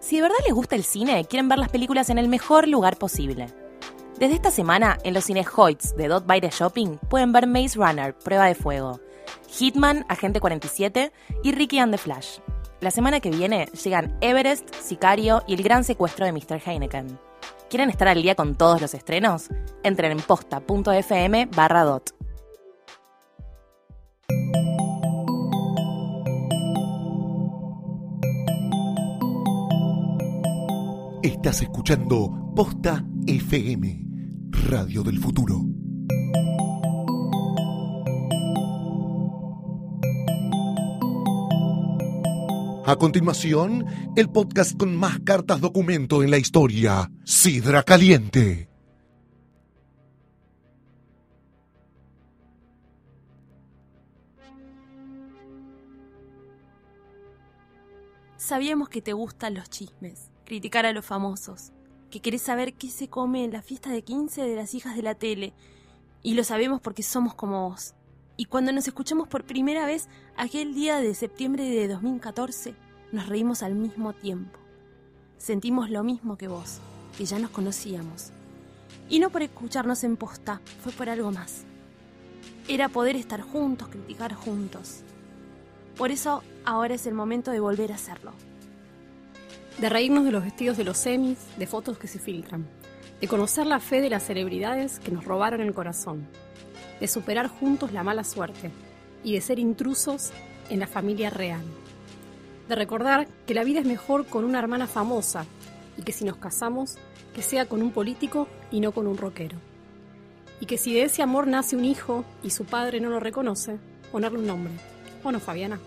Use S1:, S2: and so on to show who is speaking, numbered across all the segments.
S1: Si de verdad les gusta el cine, quieren ver las películas en el mejor lugar posible. Desde esta semana, en los cines Hoyts de Dot By The Shopping pueden ver Maze Runner, Prueba de Fuego, Hitman, Agente 47 y Ricky and the Flash. La semana que viene llegan Everest, Sicario y el gran secuestro de Mr. Heineken. ¿Quieren estar al día con todos los estrenos? Entren en posta.fm barra dot.
S2: Estás escuchando Posta FM, Radio del Futuro. A continuación, el podcast con más cartas documento en la historia, Sidra Caliente.
S3: Sabíamos que te gustan los chismes, criticar a los famosos, que querés saber qué se come en la fiesta de 15 de las hijas de la tele, y lo sabemos porque somos como vos. Y cuando nos escuchamos por primera vez aquel día de septiembre de 2014, nos reímos al mismo tiempo. Sentimos lo mismo que vos, que ya nos conocíamos. Y no por escucharnos en posta, fue por algo más. Era poder estar juntos, criticar juntos. Por eso ahora es el momento de volver a hacerlo.
S4: de reírnos de los vestidos de los semis, de fotos que se filtran, de conocer la fe de las celebridades que nos robaron el corazón, de superar juntos la mala suerte y de ser intrusos en la familia real, de recordar que la vida es mejor con una hermana famosa y que si nos casamos, que sea con un político y no con un rockero, y que si de ese amor nace un hijo y su padre no lo reconoce, ponerle un nombre. ¿O no, Fabiana?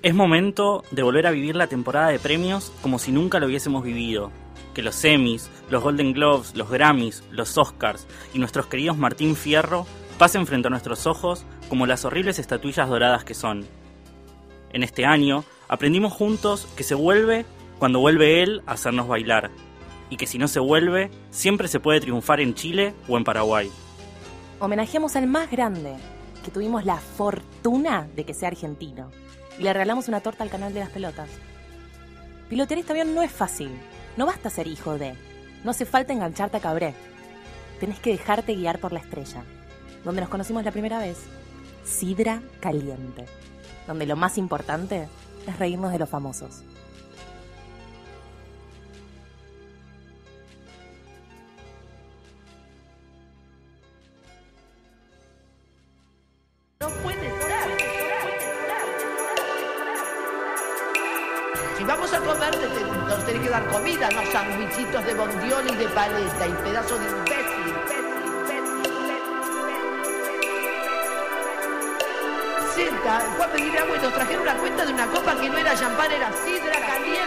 S5: Es momento de volver a vivir la temporada de premios como si nunca lo hubiésemos vivido. Que los Emmys, los Golden Globes, los Grammys, los Oscars y nuestros queridos Martín Fierro pasen frente a nuestros ojos como las horribles estatuillas doradas que son. En este año aprendimos juntos que se vuelve cuando vuelve él a hacernos bailar y que si no se vuelve siempre se puede triunfar en Chile o en Paraguay.
S1: Homenajeamos al más grande, que tuvimos la fortuna de que sea argentino, y le regalamos una torta al canal de las pelotas. Pilotear este avión no es fácil, no basta ser hijo de, no hace falta engancharte a cabré. Tenés que dejarte guiar por la estrella, donde nos conocimos la primera vez, Sidra Caliente, donde lo más importante es reírnos de los famosos.
S6: No puede ser. Si vamos a comer, te- te- nos tenés que dar comida, no sandwichitos de bondiol y de paleta y pedazo de imbécil. Sienta, fue a pedir agua y nos trajeron una cuenta de una copa que no era champán, era sidra caliente.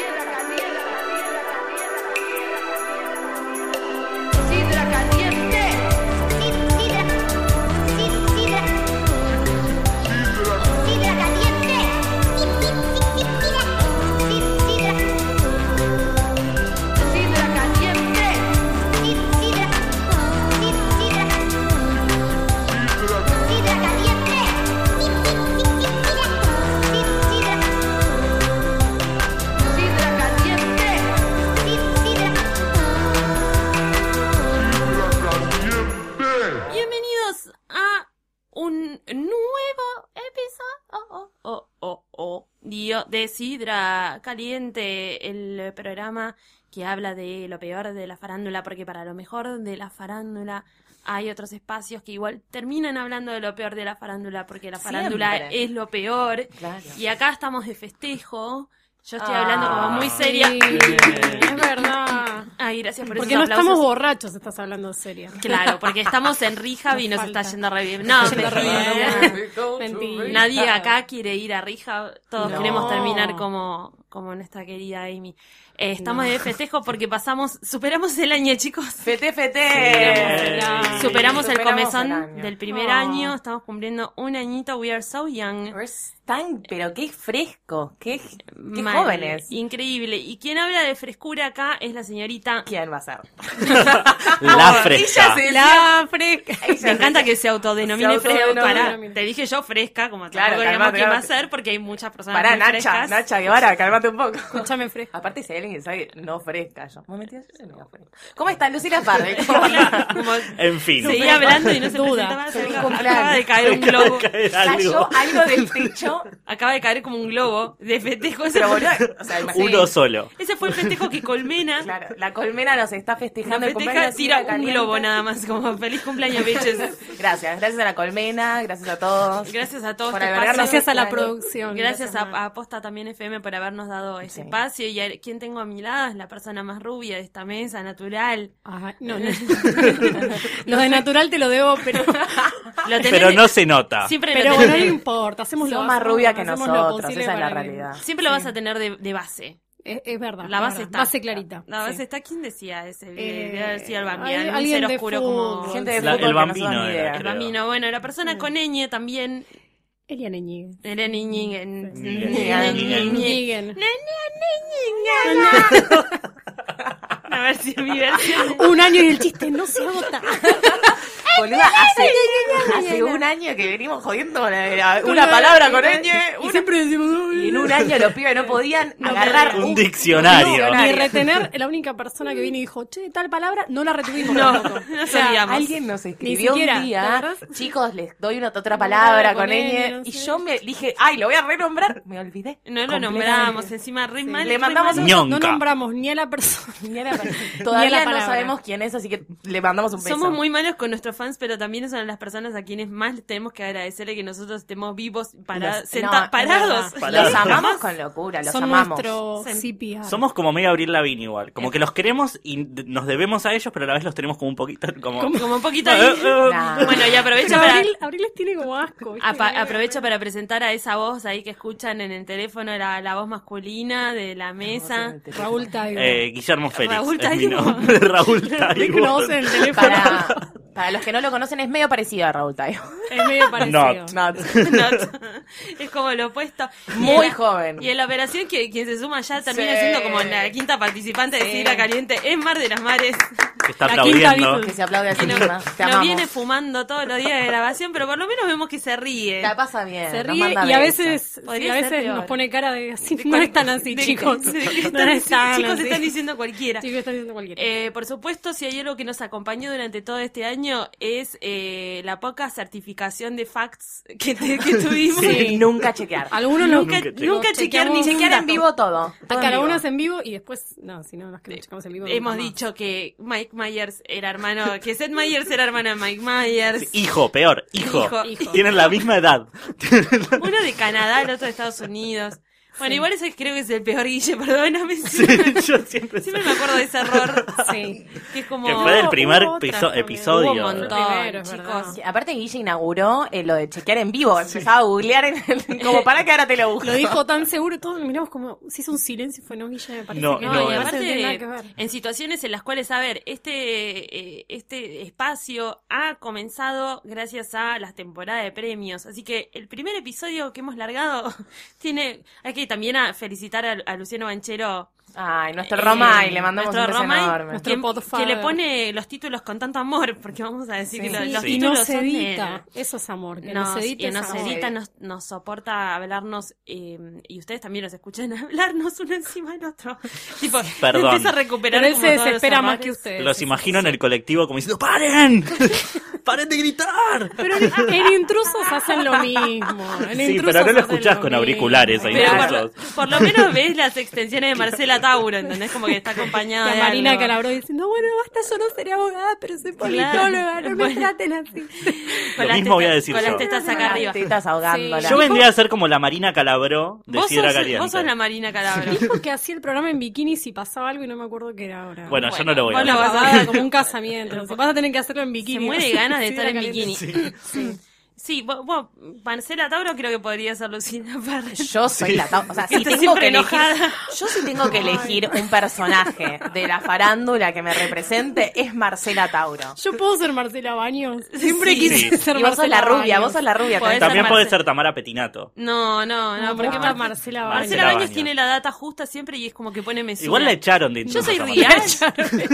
S6: sidra caliente, Sidra caliente. Sidra caliente. Sidra caliente.
S3: Bienvenidos a un nuevo episodio oh, oh, oh, oh, Dio- de Sidra Caliente, el programa que habla de lo peor de la farándula, porque para lo mejor de la farándula hay otros espacios que igual terminan hablando de lo peor de la farándula, porque la farándula
S1: Siempre.
S3: es lo peor.
S1: Claro.
S3: Y acá estamos de festejo. Yo estoy
S1: Ah,
S3: hablando como muy seria.
S4: es verdad.
S3: Ay, gracias por
S4: Porque
S3: esos
S4: no
S3: aplausos.
S4: estamos borrachos, estás hablando en serio.
S3: Claro, porque estamos en Rijab y
S4: Nos
S3: nos
S4: falta.
S3: está yendo re bien. No,
S4: Está yendo re
S3: mentira.
S4: bien. Mentira.
S3: Nadie acá quiere ir a Rija, todos
S1: No.
S3: queremos terminar como, como nuestra querida Amy. Eh, estamos de festejo porque pasamos, superamos el año, chicos.
S7: Fete,
S3: Superamos
S7: fete.
S3: el
S4: año.
S3: Superamos el
S7: Superamos
S3: comezón
S7: el año.
S3: del primer
S4: Oh.
S3: año, estamos cumpliendo un añito, we are so young.
S1: Tan, pero qué fresco, qué, qué jóvenes.
S8: Increíble. Y quien habla de frescura acá es la señorita.
S1: ¿Quién va a ser?
S5: La fresca.
S1: se-
S8: La fresca.
S1: Ella se-
S8: Me encanta que se autodenomine
S1: Se
S8: fresca. Pará,
S4: autodenomina.
S8: te dije yo fresca, como
S1: Claro,
S8: claro, tampoco
S1: calmate,
S8: quién va a
S1: calmate.
S8: ser, porque hay muchas personas
S1: Pará,
S8: muy
S1: Nacha,
S8: frescas.
S1: Nacha Guevara, cálmate un poco.
S4: Escúchame fresca.
S1: Aparte, si hay alguien que sabe, no fresca yo. ¿Me metí ayer? No, fresca. ¿Cómo está Lucila Parde?
S8: Como
S5: En fin.
S8: seguía hablando y no se
S4: Duda.
S8: presentaba. se
S1: Feliz
S8: acaba-
S1: cumpleaños.
S8: Acaba de caer un globo.
S5: Caer algo.
S1: Cayó algo del techo,
S8: Acaba de caer como un globo de festejo. Ese
S1: pero
S8: fue,
S1: boludo, o sea, imagínate.
S5: Uno solo.
S8: ese fue el festejo que Colmena
S1: Claro, la colmena nos está
S8: nos
S1: festejando. el
S8: festeja,
S1: cumpleaños,
S8: tira
S1: Lucila
S8: un
S1: Caliente.
S8: globo nada más, como feliz cumpleaños, bitches.
S1: Gracias, gracias a la colmena, gracias a todos.
S8: Gracias a todos.
S1: Por
S8: este
S1: albergarnos.
S8: espacio.
S4: Gracias a la
S1: Claro.
S4: producción.
S8: Gracias
S4: Mar.
S8: a, a Posta también FM por habernos dado ese
S1: Sí.
S8: espacio. Y a quien tengo a mi lado es la persona más rubia de esta mesa, natural.
S4: Ajá, no, no. Lo de natural te lo debo, pero,
S8: Lo tenés-
S5: Pero no se nota.
S8: Siempre,
S4: pero
S8: lo,
S4: bueno, no
S8: tenés-
S4: importa. Hacemos lo
S1: Son más
S4: hacemos-
S1: rubia que
S4: hacemos lo
S1: nosotros,
S4: posible
S1: esa es la
S4: para que-
S1: realidad.
S8: siempre lo vas a tener de, de base.
S4: Es, es verdad.
S8: La base
S4: es verdad.
S8: está.
S4: Base clarita.
S8: La base
S4: sí.
S8: está. ¿Quién decía ese
S4: Eh,
S8: video? Debe haber sido el Bambi,
S4: hay-
S8: algún
S4: alguien
S8: ser
S4: de
S8: oscuro
S4: fútbol.
S8: como.
S1: Gente de
S5: La-
S1: fútbol
S5: el
S1: que no
S5: bambino
S1: son ni
S5: era,
S1: idea.
S8: El bambino. Bueno, la persona con ñ también.
S4: Eliana Ñigue.
S8: Era niñigen.
S5: Ñigue.
S8: Ñigue.
S4: Ñiguen.
S8: A ver si mi versión.
S4: Un año y el chiste no se agota.
S1: Boluda, hace, hace un año que venimos jodiendo con la- una palabra con ñ,
S4: Y
S1: una-
S4: siempre decimos.
S1: y en un año los pibes no podían agarrar
S5: Un
S1: un
S5: diccionario.
S1: diccionario.
S4: Ni retener, la única persona que vino y dijo, che, tal palabra, no la retuvimos.
S8: No,
S4: tampoco.
S8: no
S4: O sea,
S8: sabíamos.
S1: Alguien nos
S4: Ni
S1: escribió
S4: siquiera,
S1: un
S4: ¿te
S1: día,
S4: acordás?
S1: chicos, les doy una otra palabra
S4: Con
S1: con
S4: ñ,
S1: ñ,
S4: no
S1: y
S4: sé.
S1: yo me dije, ay, lo voy a renombrar, me olvidé.
S8: No lo
S1: completamente.
S8: nombramos, encima re mal.
S1: Le
S8: re
S1: mandamos
S8: mal.
S5: un-
S4: No
S5: Ñonca.
S4: nombramos ni a la persona.
S1: Ni a la-
S4: Ni a la
S1: Todavía no
S4: palabra.
S1: sabemos quién es, así que le mandamos un beso.
S8: Somos muy malos con nuestros fans, pero también son las personas a quienes más tenemos que agradecerle que nosotros estemos vivos, para,
S1: Los-
S8: senta-
S1: no, es
S8: parados.
S1: verdad.
S5: Parados.
S1: Los amamos con locura, los
S4: Son
S1: amamos.
S4: nuestro
S8: Sí.
S4: CPR.
S5: Somos como medio Abril Lavigne igual. Como que los queremos y d- nos debemos a ellos, pero a la vez los tenemos como un poquito como...
S8: Como un poquito
S5: Eh,
S8: ahí.
S5: eh,
S1: Nah.
S8: Bueno, y aprovecho
S4: Pero
S8: para,
S4: Abril, Abril les tiene como asco. ¿viste?
S8: apa- aprovecho para presentar a esa voz ahí que escuchan en el teléfono, la, la voz masculina de la mesa.
S4: Raúl Taibo.
S5: eh, Guillermo Félix.
S8: Raúl
S5: es mi
S8: Taibo.
S5: nombre. Raúl
S4: Abril
S5: Taibo.
S4: que lo usa en el teléfono.
S1: Para, para los que no lo conocen, es medio parecido a Raúl Taibo.
S4: Es medio parecido.
S5: Not.
S1: No,
S8: Not. es como lo opuesto. Y
S1: Muy
S8: en la-
S1: joven.
S8: Y en la operación que quien se suma ya termina
S1: Sí.
S8: siendo como la quinta participante de
S1: Sí.
S8: Sidra Caliente es Mar de las Mares.
S5: Que está
S4: La
S5: aplaudiendo.
S4: quinta
S1: Que se aplaude a sí
S8: Que no,
S1: misma. Te
S8: no
S1: amamos.
S8: viene fumando todos los días de grabación, pero por lo menos vemos que se ríe.
S1: La pasa bien.
S4: Se
S1: nos
S4: ríe
S1: manda
S4: y a
S1: besos.
S4: veces, sí,
S8: Podría
S4: a
S8: ser
S4: veces
S8: peor.
S4: nos pone cara de así.
S8: De
S4: No
S8: cual-
S4: están así,
S8: de-
S4: chicos.
S8: de que
S4: No
S8: están-
S4: están
S8: chicos,
S4: así.
S8: están diciendo cualquiera.
S4: Chicos, están diciendo cualquiera.
S8: Eh, por supuesto, si hay algo que nos acompañó durante todo este año es eh, la poca certificación de facts que, te- que tuvimos.
S1: Sí, nunca chequear.
S4: Algunos lo-
S8: Nunca,
S5: Nunca
S4: lo
S8: nunca chequear ni
S4: chequeamos.
S1: Chequear en vivo todo. todo
S4: Acá
S1: en vivo.
S4: algunos en vivo y después, no, si no, no es que lo checamos en vivo. nunca
S8: Eh, Hemos
S4: más.
S8: dicho que Mike Myers era hermano, que Seth Myers era hermano de Mike Myers.
S5: Hijo, peor, hijo.
S8: Hijo,
S4: hijo.
S5: Tienen la misma edad.
S8: Uno de Canadá, el otro de Estados Unidos. Bueno, igual ese creo que es el peor Guille, perdóname.
S5: Sí,
S8: Siempre,
S5: yo siempre...
S8: siempre me acuerdo de ese error.
S4: Sí.
S8: Que es como.
S5: Que fue del primer
S4: hubo
S5: piso-
S4: otras también.
S5: episodio.
S8: Hubo un montón,
S4: Primero, es verdad.
S8: chicos.
S1: Sí, Aparte Guille inauguró eh, lo de chequear en vivo, empezaba a googlear en el- como para que ahora te lo busco.
S4: Lo dijo tan seguro, todos lo miramos como, se hizo un silencio y fue, no, Guille, me parece
S5: No,
S4: que
S8: No, y
S4: me parece
S8: aparte,
S4: que no tiene nada que ver.
S8: en situaciones en las cuales, a ver, este, eh, este espacio ha comenzado gracias a las temporadas de premios. Así que el primer episodio que hemos largado tiene. Hay que también a felicitar a, a Luciano Banchero.
S1: Ay, nuestro
S8: eh,
S1: Romay, le mandamos un
S8: nuestro
S1: beso
S8: Romay,
S1: enorme.
S4: nuestro
S8: que,
S4: podfather.
S8: que le pone los títulos con tanto amor, porque vamos a decir
S1: Sí.
S8: que lo-
S4: Sí,
S8: los
S5: Sí.
S4: Y no
S8: títulos
S4: se
S8: son de-
S4: edita. Eso es amor. Que no
S8: nos,
S4: se edita.
S8: y
S4: es
S8: nos
S4: amor.
S8: edita, nos, nos soporta hablarnos eh, y ustedes también nos escuchan hablarnos uno encima del otro. tipo,
S5: Perdón.
S8: empieza a recuperar
S4: Pero él
S8: como
S4: se
S8: todos los
S4: desespera más
S8: horrores.
S4: que ustedes.
S5: Los imagino en el colectivo como diciendo ¡Paren! ¡Paren de gritar!
S4: Pero en, en intrusos hacen lo mismo. En
S5: Sí,
S4: intrusos
S5: pero no lo
S4: hacen
S5: escuchás con
S4: mismo.
S5: auriculares ahí,
S8: Pero
S5: Claro.
S8: por, lo- por lo menos ves las extensiones de Marcela Tauro, ¿entendés? Como que está acompañada
S4: La
S8: de
S4: Marina
S8: algo.
S4: Calabró diciendo, bueno, basta, yo no seré abogada, pero soy politóloga, no me
S8: Bueno.
S4: traten así.
S5: Lo
S8: Con las
S5: mismo voy a
S8: tetas-
S5: decir
S8: Con
S5: yo.
S8: las tetas acá arriba.
S1: Te estás ahogándola.
S5: Yo vendría a ser como la Marina Calabró de
S8: Vos
S5: Sidra
S8: sos,
S5: Caliente.
S8: vos sos la Marina Calabró.
S4: Dijo que hacía el programa en bikini si pasaba algo y no me acuerdo qué era ahora.
S5: Bueno, yo no lo voy a
S8: vos lo
S5: hacer.
S8: vas a-
S4: Pavada, como un casamiento. no sé, Vas a tener que hacerlo en
S8: Se
S4: bikini.
S8: muere de ganas de estar en
S4: Sidra
S8: bikini.
S4: caliente.
S8: Sí, vos, vos, Marcela Tauro creo que podría ser Lucinda Ferrer.
S1: Yo soy la ta- o sea, si
S8: Está
S1: tengo
S8: siempre
S1: que elegir,
S8: enojada.
S1: yo sí tengo que elegir un personaje de la farándula que me represente es Marcela Tauro.
S4: Yo puedo ser Marcela Baños. Siempre quise
S5: Sí.
S4: ser
S1: y vos sos
S4: Marcela
S1: la rubia,
S4: Baños.
S1: vos sos la rubia.
S8: Podés
S1: tenés-
S5: También
S8: Marce-
S5: puede ser Tamara Petinato.
S8: No, no, no,
S4: No,
S8: porque
S4: porque
S8: Mar-
S4: Marcela Baños.
S8: Marcela
S5: Marcela
S8: Baños
S5: Baños.
S8: tiene la data justa siempre y es como que pone mesura.
S5: Igual la echaron de
S8: Yo soy
S5: Tamara.
S8: Rial.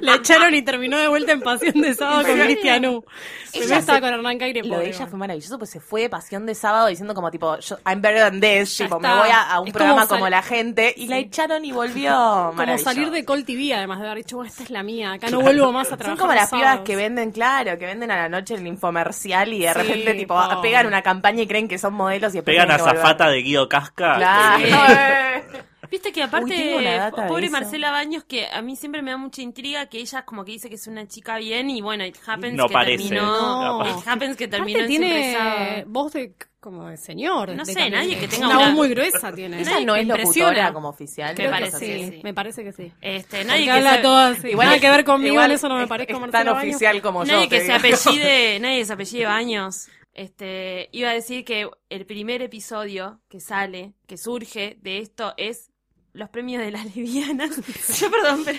S4: La echaron y terminó de vuelta en pasión de sábado con
S8: Sí.
S4: Cristiano. Primero estaba
S1: se-
S4: con Hernán Caire.
S1: Lo de
S4: pobre,
S1: ella
S4: bueno.
S1: fue maravilloso, pues se fue de pasión de sábado diciendo como tipo, yo, I'm better than this,
S4: Ya
S1: tipo, me
S4: está.
S1: voy a, a un
S4: Es como
S1: programa
S4: sal-
S1: como la gente, y la echaron y volvió
S4: Como
S1: maravilloso.
S4: salir de Col TV, además de haber dicho, "Bueno, esta es la mía, acá no vuelvo más a
S1: Son
S4: trabajar.
S1: como las
S4: los
S1: pibas
S4: sábados".
S1: que venden, claro, que venden a la noche el infomercial y de
S4: Sí,
S1: repente tipo
S4: pobre.
S1: pegan una campaña y creen que son modelos y después
S5: Pegan a
S1: tienen que volver.
S5: Zafata de Guido Casca.
S1: Claro.
S8: Viste que
S1: Uy, tengo una
S8: aparte,
S1: data de
S8: pobre
S1: eso.
S8: Marcela Baños, que a mí siempre me da mucha intriga que ella como que dice que es una chica bien y bueno, it happens
S5: No
S8: que
S5: parece.
S8: terminó.
S4: No.
S8: It happens que
S4: Aparte
S8: terminó en
S4: tiene
S8: siempre sábado.
S4: voz de como de señor.
S8: No
S4: de
S8: sé,
S4: también,
S8: nadie
S4: de-
S8: que tenga
S4: una
S8: una-
S4: voz muy gruesa tiene.
S1: Ella no es locutora como oficial.
S8: Me
S4: Creo que
S1: creo que es
S8: parece
S1: así.
S8: que
S4: sí,
S8: sí.
S4: Me parece que sí. Nadie
S8: Este, nadie
S4: que
S8: que
S4: habla
S8: sea,
S4: todo así.
S1: Igual
S4: Nada que ver conmigo,
S1: igual
S4: en eso no me
S1: es-
S4: parezco a
S1: es
S4: Marcela
S1: tan
S4: Baños.
S1: oficial como yo.
S8: nadie que
S1: te
S8: se
S1: digo.
S8: apellide, nadie que se apellide Baños. Este, iba a decir que el primer episodio que sale, que surge de esto es los premios de las levianas. Yo perdón, pero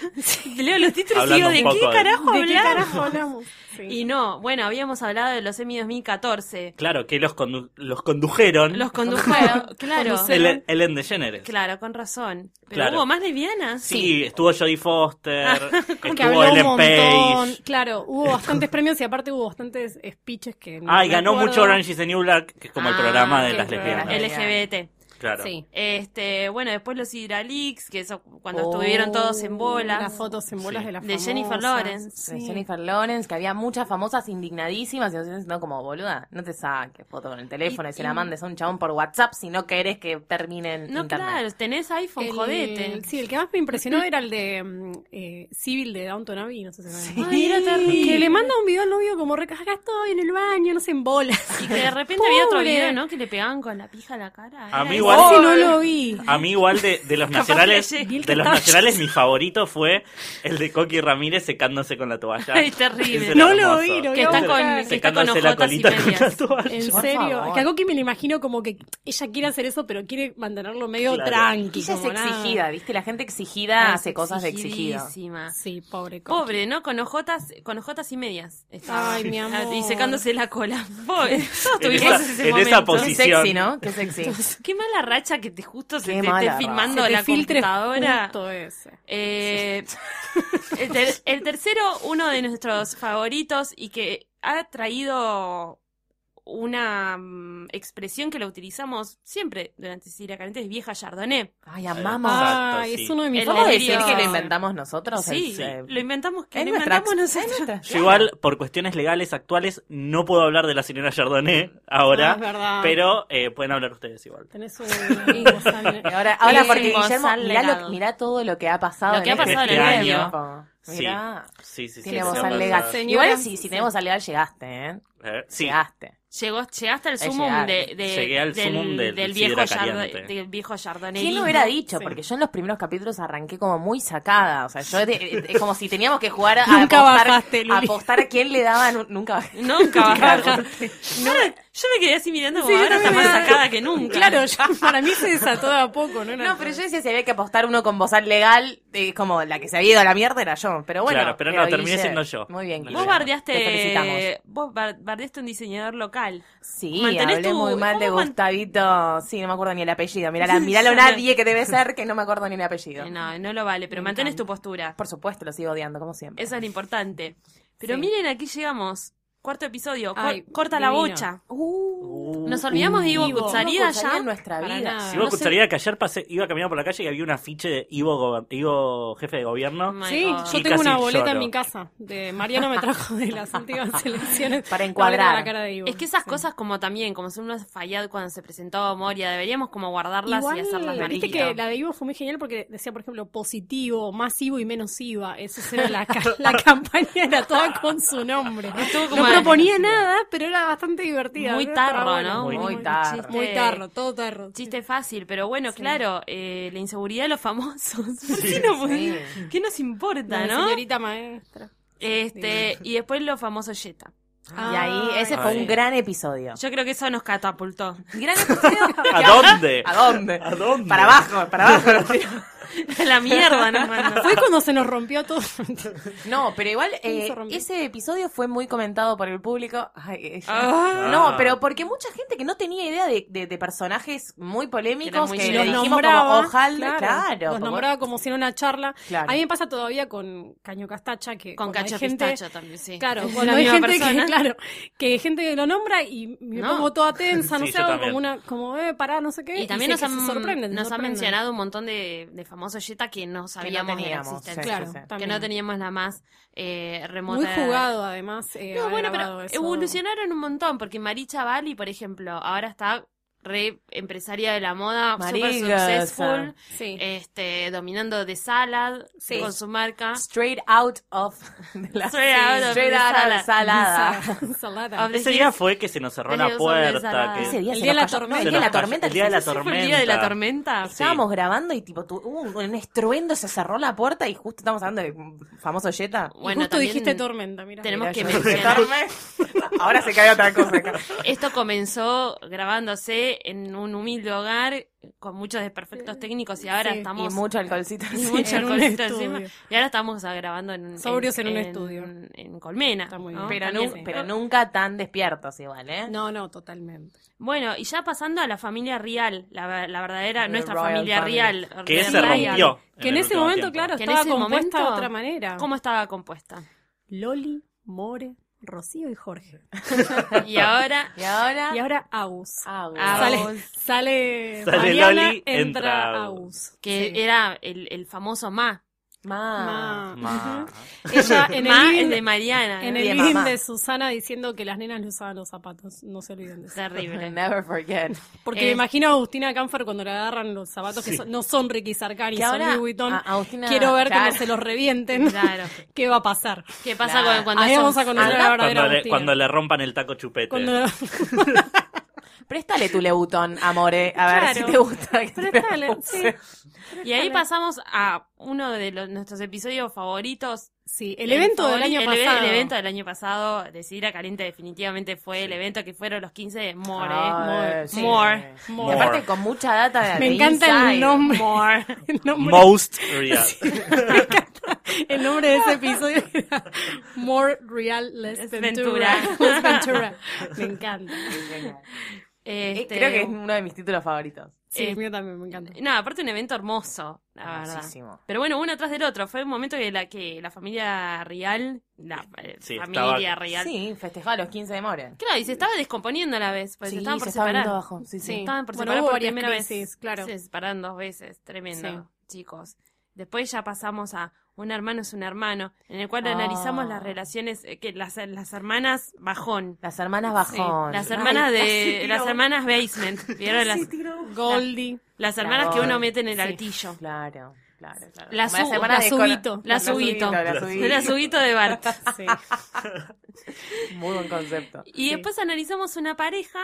S8: leo los títulos y
S5: Hablando
S8: digo,
S5: un
S8: ¿de
S5: poco
S8: qué
S5: de-
S4: ¿De
S8: carajo
S4: qué
S8: hablar?
S4: carajo hablamos? Sí.
S8: Y no, bueno, habíamos hablado de los Emmy 2014.
S5: Claro, que los, condu- los condujeron.
S8: Los condujeron, claro.
S5: Ellen, Ellen DeGeneres.
S8: Claro, con razón. Pero
S5: Claro.
S8: hubo más lesbianas. Ah,
S5: Sí, estuvo Jodie Foster, estuvo
S4: que habló
S5: Ellen
S4: un montón.
S5: Page.
S4: Claro, hubo bastantes premios y aparte hubo bastantes speeches que. no
S5: Ay,
S4: me
S5: ganó
S4: acuerdo.
S5: mucho Orange is the New Black, que es como el programa
S8: Ah,
S5: de
S8: el
S5: las
S1: programa.
S5: lesbianas.
S8: LGBT.
S5: Claro.
S4: Sí.
S8: Este, bueno, después los Hydraleaks, que eso cuando
S1: Oh,
S8: estuvieron todos en
S4: Las
S8: bolas.
S4: fotos en bolas
S5: Sí.
S4: de las
S8: De Jennifer
S4: famosas.
S8: Lawrence.
S1: De
S4: Sí.
S1: Jennifer Lawrence, que había muchas famosas indignadísimas, y nosotros no como boluda, no te saques foto con el teléfono y,
S8: Y-
S1: se la
S8: y-
S1: mandes a un chabón por WhatsApp si no querés que termine en
S8: No,
S1: internet.
S8: claro, tenés iPhone,
S4: El-
S8: jodete.
S4: Sí, el que más me impresionó era el de mm, eh, Civil de Downton Abbey, no sé si se acuerdan.
S8: Ay, era terrible.
S4: Que le manda un video al novio como recarga estoy en el baño, no sé, en bolas.
S8: Y que de repente había otro
S4: Pobre.
S8: video, ¿no? Que le pegaban con la pija a la cara.
S5: A
S8: Era
S5: mí
S8: eso.
S5: igual-
S4: Casi no lo vi.
S5: A mí igual de, de los
S8: Capaz que
S5: nacionales,
S8: ayer- vi el
S5: de los
S8: que estaba-
S5: nacionales mi favorito fue el de Coqui Ramírez secándose con la toalla.
S8: Ay, terrible.
S5: Ese era
S4: No lo
S5: hermoso.
S4: vi, lo vi
S8: Que
S4: a
S8: está
S4: buscar.
S8: con, que está con
S5: secándose la
S8: ojotas y
S5: colita con la
S8: medias.
S5: toalla.
S4: En
S1: Por
S4: serio,
S1: favor.
S4: es que a Coqui me lo imagino como que ella quiere hacer eso, pero quiere mantenerlo medio
S5: Claro.
S4: tranqui.
S1: Ella es
S4: como nada.
S1: exigida, ¿viste? La gente exigida
S8: Ay,
S1: hace cosas de exigido.
S8: Ah, exigidísima.
S4: Sí, pobre Coqui.
S8: Pobre, ¿no? Con ojotas, con ojotas y medias. estaba.
S4: Ay, mi
S8: Ah,
S4: amor.
S8: Y secándose la cola. Pobre. Todos
S5: En
S8: tuvimos
S5: esa-
S8: ese
S5: en
S8: momento.
S5: esa
S1: Qué
S5: posición.
S1: sexy, ¿no? Qué sexy.
S8: Qué mala racha que te justo se
S1: Qué
S8: te esté
S1: mala
S4: Se
S8: filmando
S4: te
S8: la
S4: filtra
S8: computadora.
S4: justo ese.
S8: Eh, el, ter- el tercero, uno de nuestros favoritos y que ha traído una mm, expresión que la utilizamos siempre durante Siria Caliente, es vieja Chardonnay.
S1: Ay, amamos.
S5: Exacto,
S4: Ay,
S5: sí.
S4: es uno de mis
S8: El
S1: ¿Podemos
S4: favoritos.
S1: decir que lo
S8: delirio.
S1: inventamos nosotros?
S8: Sí,
S1: Es,
S8: lo
S1: eh,
S8: inventamos, que
S1: es
S8: lo
S1: nuestra-
S8: inventamos
S1: es
S8: nosotros.
S1: nuestra-
S5: Yo igual, por cuestiones legales actuales, no puedo hablar de la señora Chardonnay
S4: Ah, es
S5: ahora,
S4: verdad.
S5: pero eh, pueden hablar ustedes igual.
S4: Tenés un amigo, Samir.
S1: Y Ahora, ahora
S8: Eh,
S1: porque
S8: Gonzalo
S1: Guillermo, mirá, lo-
S8: Legado.
S1: mirá todo lo que ha pasado.
S8: Lo que
S1: en
S8: ha pasado
S1: este
S5: en el
S1: tiempo.
S5: Sí.
S1: Mirá.
S5: Sí, sí, sí.
S1: Tiene
S5: sí,
S1: voz
S5: sí,
S1: al
S5: sí.
S1: legal.
S4: Señora,
S1: Igual si, si tenemos al legal llegaste, ¿eh?
S5: Eh, Sí,
S1: Llegaste.
S8: Llegó, llegaste al
S1: Ahí
S8: sumum de,
S4: eh.
S1: llegaste.
S8: de-
S5: Llegué al sumum del
S8: viejo
S5: sidra
S8: Yardo-
S5: caliente.
S8: del viejo Chardonnay.
S1: ¿Quién lo hubiera dicho?
S4: Sí.
S1: Porque yo en los primeros capítulos arranqué como muy sacada. O sea, yo de- es como si teníamos que jugar a
S4: Nunca
S1: apostar,
S4: bajaste, Luli.
S1: a apostar a quién le daban. un- Nunca bajé.
S8: Nunca bajaron.
S1: bajaste.
S8: Ahora, yo me quedé así mirando como
S4: Sí, yo
S8: ahora está
S4: también.
S8: más sacada que nunca.
S4: Claro, yo- para mí se desató de a poco, ¿no? Era-
S1: No, pero yo decía si había que apostar uno con bozal legal, eh, como la que se había ido a la mierda era yo. Pero bueno.
S5: Claro, pero no, terminé
S1: Guille,
S5: siendo yo.
S1: Muy bien,
S5: Vos
S1: Guille.
S8: Vos
S1: Te felicitamos.
S8: bardeaste, vos bar- bardeaste un diseñador local.
S1: Sí,
S8: Mantenés
S1: hablé
S8: tu-
S1: muy mal de
S8: ¿cómo man-
S1: Gustavito. Sí, no me acuerdo ni el apellido. Mirala, miralo
S8: Ya
S1: nadie que debe ser que no me acuerdo ni el apellido.
S8: Eh, No, no lo vale, pero
S1: Me
S8: mantenés
S1: encanta.
S8: tu postura.
S1: Por supuesto, lo sigo odiando, como siempre.
S8: Eso es lo importante. Pero
S1: Sí.
S8: miren, aquí llegamos. Cuarto episodio. Cor-
S4: Ay,
S8: corta la
S4: divino.
S8: bocha.
S1: Uh,
S8: Nos olvidamos de Ivo
S4: Ivo.
S8: Kutsaría
S1: Ivo Kutsaría
S8: ya.
S1: en nuestra
S4: Para
S1: vida.
S4: nada.
S5: Si vos
S8: No sé.
S5: escucharía que ayer pasé, iba caminando por la calle y había un afiche de Ivo, gober- Ivo jefe de
S8: Oh
S5: gobierno.
S8: my
S4: Sí,
S8: God.
S5: Y
S4: yo tengo una
S5: casi
S4: boleta
S5: lloro.
S4: en mi casa. De Mariano me trajo de las últimas elecciones.
S1: Para
S4: La boleta
S1: encuadrar.
S4: de la cara de Ivo.
S8: Es que esas
S4: Sí.
S8: cosas como también, como son unos fallados cuando se presentó Moria, deberíamos como guardarlas
S4: Igual,
S8: y hacerlas
S4: viste
S8: larguito.
S4: que la de Ivo fue muy genial porque decía, por ejemplo, positivo, más Ivo y menos IVA. Eso era la, ca- la campaña, era toda con su nombre.
S8: Estuvo como
S4: No proponía nada, pero era bastante divertida.
S8: Muy
S4: Pero estaba
S8: tarro,
S4: bueno.
S8: ¿no?
S1: Muy
S8: Un
S1: tarro.
S8: chiste-
S4: Muy tarro, todo tarro.
S8: Chiste fácil, pero bueno,
S4: Sí.
S8: claro, eh, la inseguridad de los famosos. ¿Por qué, no podemos- ¿Qué nos importa,
S4: La
S8: no?
S4: señorita maestra.
S8: Este, y después los famosos Jetta.
S1: y
S4: Ah,
S1: ahí, ese fue un
S5: sí.
S1: gran episodio.
S8: Yo creo que eso nos catapultó.
S1: Gran episodio.
S5: ¿A dónde?
S1: ¿A dónde?
S5: ¿A dónde?
S1: Para abajo, para abajo. lo tiro.
S8: La mierda nos mandó.
S4: Fue cuando se nos rompió todo.
S1: No, pero igual eh,
S4: se rompió.
S1: ese episodio fue muy comentado por el público. Ay, ella.
S8: Ah.
S1: No, pero porque mucha gente que no tenía idea de, de- de personajes muy polémicos
S8: muy
S1: que
S4: Y
S1: le
S4: los
S1: dijimos
S4: nombraba.
S1: como ojalá, claro,
S4: los
S1: como-
S4: nombraba como si en una charla.
S1: Claro.
S4: A mí me pasa todavía con Caño Castacha, que
S8: Con
S4: cuando hay
S8: cacho
S4: gente,
S8: pistacho también, sí.
S4: Claro,
S8: Es
S4: cuando
S8: la
S4: hay
S8: misma
S4: gente
S8: persona.
S4: que, claro, que gente que lo nombra y me
S8: No.
S4: pongo toda tensa, no
S5: Sí,
S4: sé,
S5: yo
S4: hago
S5: también.
S4: como una, como, eh, pará, no sé qué.
S8: Y también
S4: sé
S8: nos
S4: que
S8: han,
S4: se sorprenden, se
S8: nos han
S4: sorprenden.
S8: mencionado un montón de, de famosos yeta que no sabíamos de la
S1: teníamos,
S8: existencia.
S1: sí,
S4: Claro,
S1: sí, sí.
S8: Que
S4: también.
S8: no teníamos la más eh, remota.
S4: Muy jugado, además. eh,
S8: No,
S4: haber
S8: bueno,
S4: grabado
S8: pero
S4: eso.
S8: evolucionaron un montón, porque Maricha Bali, por ejemplo, ahora está re empresaria de la moda, super
S1: Marigosa.
S8: successful,
S4: Sí.
S8: este, dominando de salad
S4: Sí.
S8: con su marca.
S1: Straight out of de la
S8: Straight out of
S1: straight
S8: the
S1: out of
S8: sala.
S1: the salada.
S4: Sa- Salada.
S8: Of the
S5: Ese
S8: Hills.
S5: día fue que se nos cerró la
S8: Tenía dos hombres
S5: puerta.
S8: saladas.
S5: que-
S1: Ese día
S4: El
S1: se nos
S4: día de la
S1: cayó- no,
S4: tormenta.
S1: el
S5: se
S1: día de la
S5: nos cayó-
S1: tormenta.
S5: El día de la
S8: Ese
S5: tormenta.
S8: fue el día de la tormenta.
S5: Sí.
S1: Estábamos grabando y tipo tu- hubo un, un estruendo, se cerró la puerta y justo estamos hablando de famoso Jetta.
S4: Y
S8: Bueno,
S4: justo
S8: también
S4: dijiste tormenta, mira.
S8: tenemos
S1: Mira,
S8: que
S1: yo
S8: mencionar.
S1: despertarme. Ahora se cae otra cosa acá.
S8: Esto comenzó grabándose en un humilde hogar con muchos desperfectos técnicos y ahora
S4: Sí,
S1: Y
S4: y
S8: estamos
S1: mucho alcoholcito.
S8: y
S1: sí.
S8: mucho
S4: en un
S8: alcoholcito
S4: estudio.
S8: encima. Y ahora estamos ah, grabando en
S4: Sobrios en un estudio.
S8: en Colmena.
S4: Está muy
S8: ¿no?
S4: bien.
S1: Pero,
S8: También.
S1: nu- pero nunca tan despiertos igual, ¿eh?
S4: No, no, totalmente.
S8: Bueno, y ya pasando a la familia real, la, la verdadera,
S1: The
S8: nuestra
S1: royal
S8: familia
S1: family.
S8: real.
S5: Que
S8: real
S5: se
S8: real.
S5: rompió.
S4: Que
S5: el
S4: en ese
S5: último
S4: momento,
S5: tiempo.
S4: claro,
S8: Que en
S4: estaba
S8: ese
S4: compuesta de
S8: momento-
S4: otra manera.
S8: ¿Cómo estaba compuesta?
S4: Loli, More, Rocío y Jorge.
S8: Y ahora,
S1: Y ahora.
S4: Y ahora Agus.
S1: Agus.
S8: Agus.
S4: Sale, sale,
S5: Sale
S4: Mariana,
S5: Loli,
S4: entra,
S5: entra
S4: Agus.
S8: que
S4: Sí.
S8: era el, el famoso Ma.
S1: Ma.
S4: Ma.
S5: Ma.
S4: Ella en el,
S8: Ma
S4: living-
S8: es de Mariana.
S4: en
S8: ¿no?
S4: el
S1: de
S4: living
S1: mamá.
S4: de Susana diciendo que las nenas le usaban los zapatos. No se olviden de eso.
S8: Terrible.
S1: Never forget.
S4: Porque
S8: Eh,
S4: me imagino a Agustina Canfer cuando le agarran los zapatos que son- no son Ricky Sarkani,
S1: Que
S4: son
S1: ahora,
S4: Louis Vuitton.
S1: a- Agustina-
S4: Quiero ver
S1: claro.
S4: cómo se los revienten.
S8: Claro.
S4: ¿Qué va a pasar?
S8: ¿Qué pasa
S1: Claro.
S8: con- cuando
S4: Ahí
S8: esos-
S4: vamos a conocer a la verdadera
S5: Ah, Cuando le,
S4: Agustina.
S5: cuando le rompan el taco chupete.
S4: Cuando-
S1: Préstale tu Leutón, amore. A ver
S4: Claro.
S1: si te gusta. que te lo
S4: Préstale,
S1: puse.
S4: sí.
S8: Y ahí pasamos a uno de los- nuestros episodios favoritos.
S4: Sí, el evento del
S8: favori-
S4: año
S8: el eve-
S4: pasado.
S8: El evento del año pasado de Sidra Caliente definitivamente fue el evento que fueron los 15 de More.
S4: Ah,
S1: Ay,
S4: more,
S1: Ah, eh, sí.
S8: more,
S1: Y
S4: More.
S1: aparte con mucha data de
S4: Me
S1: de
S4: encanta
S1: inside.
S4: el nombre.
S8: More.
S4: El nombre,
S5: Most real.
S4: el nombre de ese episodio era More Real Less
S8: Less
S4: Ventura.
S8: Ventura.
S4: Less Ventura. Me encanta.
S1: Eh,
S8: Este,
S1: Creo que es uno de mis títulos favoritos.
S4: Sí,
S8: Eh,
S4: el mío también me encanta.
S8: No, aparte un evento hermoso, la
S4: Ah,
S8: verdad.
S1: Hermosísimo.
S8: Pero bueno, uno atrás del otro. Fue un momento que la, que la familia real, la eh,
S5: Sí,
S8: familia
S5: estaba-
S8: real.
S1: Sí, festejaba los 15 de More.
S8: Claro, y se estaba descomponiendo a la vez, pues
S1: Sí,
S8: se estaban por
S1: se estaban
S8: separar.
S1: yendo abajo, sí,
S8: Se
S1: sí.
S8: estaban por
S4: Bueno,
S8: separar
S4: hubo
S8: por
S4: varias
S8: primera vez.
S4: crisis, claro.
S8: Se separaron dos veces, tremendo, chicos. Después ya pasamos a un hermano es un hermano, en el cual
S1: Ah.
S8: analizamos las relaciones, eh, que las, las hermanas bajón.
S1: Las hermanas
S8: Sí,
S1: Bajón.
S8: las hermanas
S4: Ay,
S8: de
S4: casi
S8: las
S4: tiro.
S8: hermanas basement vieron las,
S4: Goldie.
S8: las hermanas que
S1: Bajón.
S8: uno mete en el
S4: Sí.
S8: altillo
S1: Claro, claro, claro.
S8: La
S1: Como
S8: su-
S1: hermanas
S4: la
S1: de Colo-
S4: Subito.
S8: La Subito.
S1: La subito.
S8: el azuguito de Bart
S4: Sí.
S1: Muy buen concepto.
S8: y
S4: Sí.
S8: después analizamos una pareja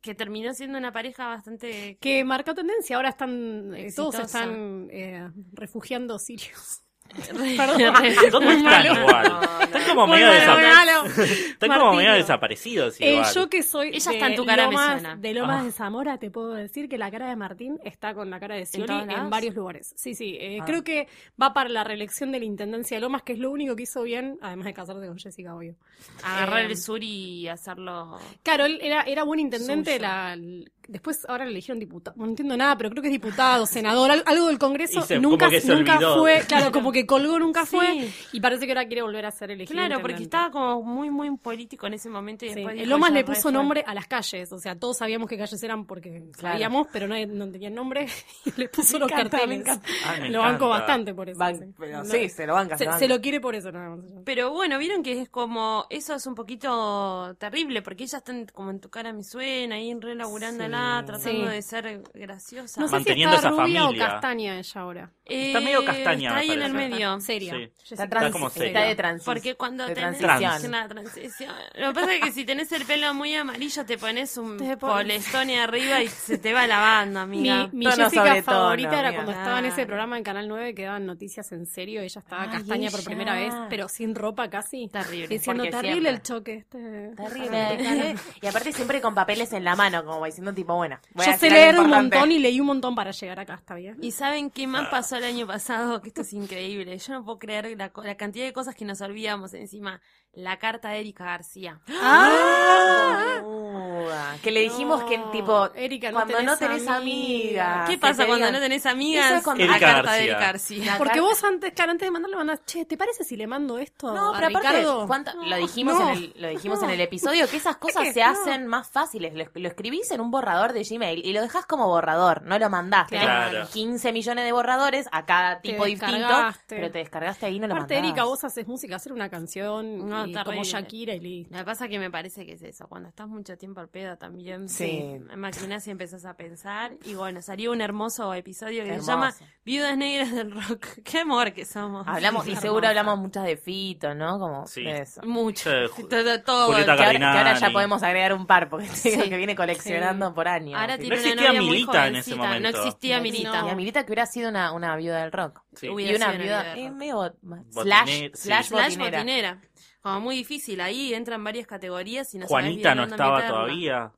S8: que terminó siendo una pareja bastante
S4: Que marcó tendencia. Ahora están. eh, todos
S8: Exitosa.
S4: están eh, refugiando sirios.
S5: ¿Dónde están igual? Están como medio,
S8: malo,
S5: desapa-
S8: muy
S4: malo.
S5: están como medio
S4: Martino.
S5: desaparecidos
S4: Eh,
S5: igual.
S4: yo que soy
S8: Ella
S4: de
S8: está en tu cara, me
S4: Lomas,
S8: suena.
S4: de Lomas
S5: Ah.
S4: de Zamora, te puedo decir que la cara de Martín está con la cara de Scioli
S8: todos
S4: en,
S8: lados?
S4: varios lugares. Sí, sí. eh,
S1: Ah.
S4: Creo que va para la reelección de la Intendencia de Lomas, que es lo único que hizo bien, además de casarse con Jessica, obvio.
S8: agarrar
S4: Eh,
S8: el sur y hacerlo
S4: Claro, él era, era buen intendente.
S8: Suyo.
S4: la- l- después ahora le eligieron diputado. No entiendo nada, pero creo que es diputado, senador, al- algo del Congreso.
S5: Y se-
S4: nunca
S5: como que se
S4: nunca
S5: olvidó.
S4: fue. Claro, como que colgó, nunca
S8: Sí.
S4: fue. Y parece que ahora quiere volver a ser elegido.
S8: Claro, porque
S4: intendente.
S8: estaba como muy, muy político en ese momento. Y
S4: Sí,
S8: después dijo,
S4: Lomas
S8: ya
S4: le
S8: re
S4: puso
S8: fue.
S4: nombre a las calles, o sea, todos sabíamos qué calles eran porque sabíamos, pero nadie- no tenían nombre y le puso los
S1: encanta, Ah, me
S4: carteles.
S1: encanta.
S5: Ay, me
S4: lo banco
S5: encanta.
S4: bastante por eso.
S1: Van-
S4: sí.
S1: pero
S4: No-
S1: sí, se lo banca.
S4: se,
S1: banca.
S4: se lo quiere por eso nada más.
S8: Pero bueno, vieron que es como. Eso es un poquito terrible, porque ellas están como en tu cara me suena, ahí re laburándola,
S1: Sí.
S8: tratando
S4: Sí.
S8: de ser graciosa.
S4: No sé si
S5: Manteniendo
S4: está
S5: esa
S4: rubia o
S5: familia.
S4: castaña ella ahora.
S5: Está medio castaña,
S8: Está
S5: me
S8: ahí en el
S5: parece.
S8: medio.
S4: Seria.
S5: Sí.
S4: Jessica
S5: trans- Está como
S4: es
S5: seria.
S1: está de transición.
S8: Porque cuando
S1: De
S8: tenés
S1: transición.
S8: es una transición. Lo que pasa es que si tenés el pelo muy amarillo te pones un
S4: Te pones-
S8: polestone arriba y se te va lavando, amiga.
S4: Mi, mi
S1: Tono sobre tono,
S4: Jessica favorita era
S1: amiga.
S4: cuando estaba en ese
S8: Claro.
S4: programa en Canal 9 que daban noticias en serio. Ella estaba
S1: Ay,
S4: castaña por
S1: ella.
S4: primera vez, pero sin ropa casi.
S8: Terrible.
S4: Diciendo
S1: porque
S4: terrible
S1: siempre.
S4: el choque. Este...
S1: Terrible. y aparte siempre con papeles en la mano, como diciendo tipo, bueno, voy a
S4: Yo
S1: hacer
S4: sé
S1: algo
S4: leer un
S1: importante.
S4: montón y leí un montón para llegar acá, está bien.
S8: ¿Y saben Eh, qué más pasó el año pasado? Que esto es increíble. Yo no puedo creer la, co- la cantidad de cosas que nos olvidamos. Encima, la carta de Erika García.
S1: ¡Ah! Boluda. Que le dijimos que
S4: ¡Ah! No,
S1: tipo,
S4: Erika, no
S1: cuando no
S4: tenés
S1: tenés amiga.
S8: ¿Qué
S1: que
S8: pasa
S1: te
S8: cuando
S1: digan,
S8: no tenés amigas?
S1: Eso es cuando-
S8: La
S5: Ah, Erika
S8: carta de
S5: García.
S8: Erika García.
S1: La
S4: Porque
S1: carta-
S4: vos antes, claro, antes de mandarle mandás, che, ¿te parece si le mando esto
S1: No,
S4: a
S1: pero aparte,
S4: Ricardo?
S1: ¿cuánto- lo dijimos,
S4: No.
S1: en, el, lo dijimos en el episodio, que esas cosas
S4: Es que
S1: se
S4: no.
S1: hacen más fáciles. Lo, lo escribís en un borrador de Gmail y lo dejás como borrador, no lo mandás. Tenés
S5: Claro.
S1: 15 millones de borradores a cada tipo distinto,
S4: descargaste.
S1: pero te descargaste ahí y no lo
S4: Aparte,
S1: mandás.
S4: Erika, vos haces música, hacer una canción
S8: No,
S4: y
S8: terrible.
S4: como Shakira y Lee.
S8: Lo que pasa es que me parece que es eso, cuando estás mucho tiempo al pedo también
S1: Sí.
S8: maquinas y empezás a pensar. Y bueno, salió un hermoso episodio que
S1: Hermoso.
S8: se llama Viudas Negras del Rock. Qué amor que somos.
S1: Hablamos, y
S8: Hermoso.
S1: seguro hablamos muchas de Fito, ¿no? Como
S5: Sí.
S1: de eso.
S8: mucho.
S5: Eh, Ju-
S8: todo, todo.
S5: Julieta
S1: Que ahora, que ahora ya
S5: Cardinali.
S1: podemos agregar un par, porque te digo
S8: Sí.
S1: que viene coleccionando por años.
S8: Ahora
S1: Fito.
S5: No
S8: tiene una
S5: existía
S8: novia muy
S5: Milita en ese
S8: jovencita,
S5: momento.
S8: No existía
S4: No
S8: Milita.
S1: Y a Milita que hubiera sido una, una viuda del rock.
S5: Sí.
S8: Hubiera
S1: Y una
S8: sido
S1: viuda,
S8: del
S1: eh,
S8: rock.
S1: medio bot-
S5: sí.
S1: slash, slash,
S8: Slash
S1: botinera.
S8: botinera. Como muy difícil. Ahí entran varias categorías y no sabés
S5: Juanita
S8: bien
S5: no
S8: dónde
S5: estaba
S8: meterla.
S5: todavía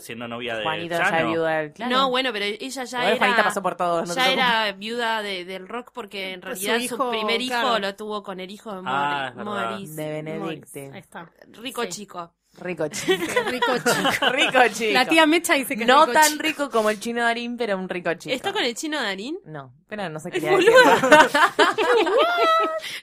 S5: siendo novia de
S1: Juanita ya
S5: Chano.
S1: viuda del claro.
S8: No, bueno, pero ella ya
S1: Igual
S8: era...
S1: Juanita pasó por todos. no te
S8: ya
S1: preocupes.
S8: era viuda de- del rock porque en
S4: Pues su
S8: realidad su,
S4: hijo,
S8: primer hijo
S4: claro.
S8: lo tuvo con el hijo de Mori-
S5: Ah, es verdad.
S8: Morris.
S1: De
S4: Ahí
S1: Benedicte.
S4: está.
S8: Rico
S4: Sí.
S8: chico.
S1: Rico chico.
S4: Rico chico.
S1: rico chico.
S4: La tía Mecha dice que es
S1: no
S4: rico
S1: tan
S4: chico.
S1: rico como el chino Darín, pero un rico chico.
S8: ¿Está con el chino Darín?
S1: No, pero no sé qué
S8: Es
S1: le
S8: boludo.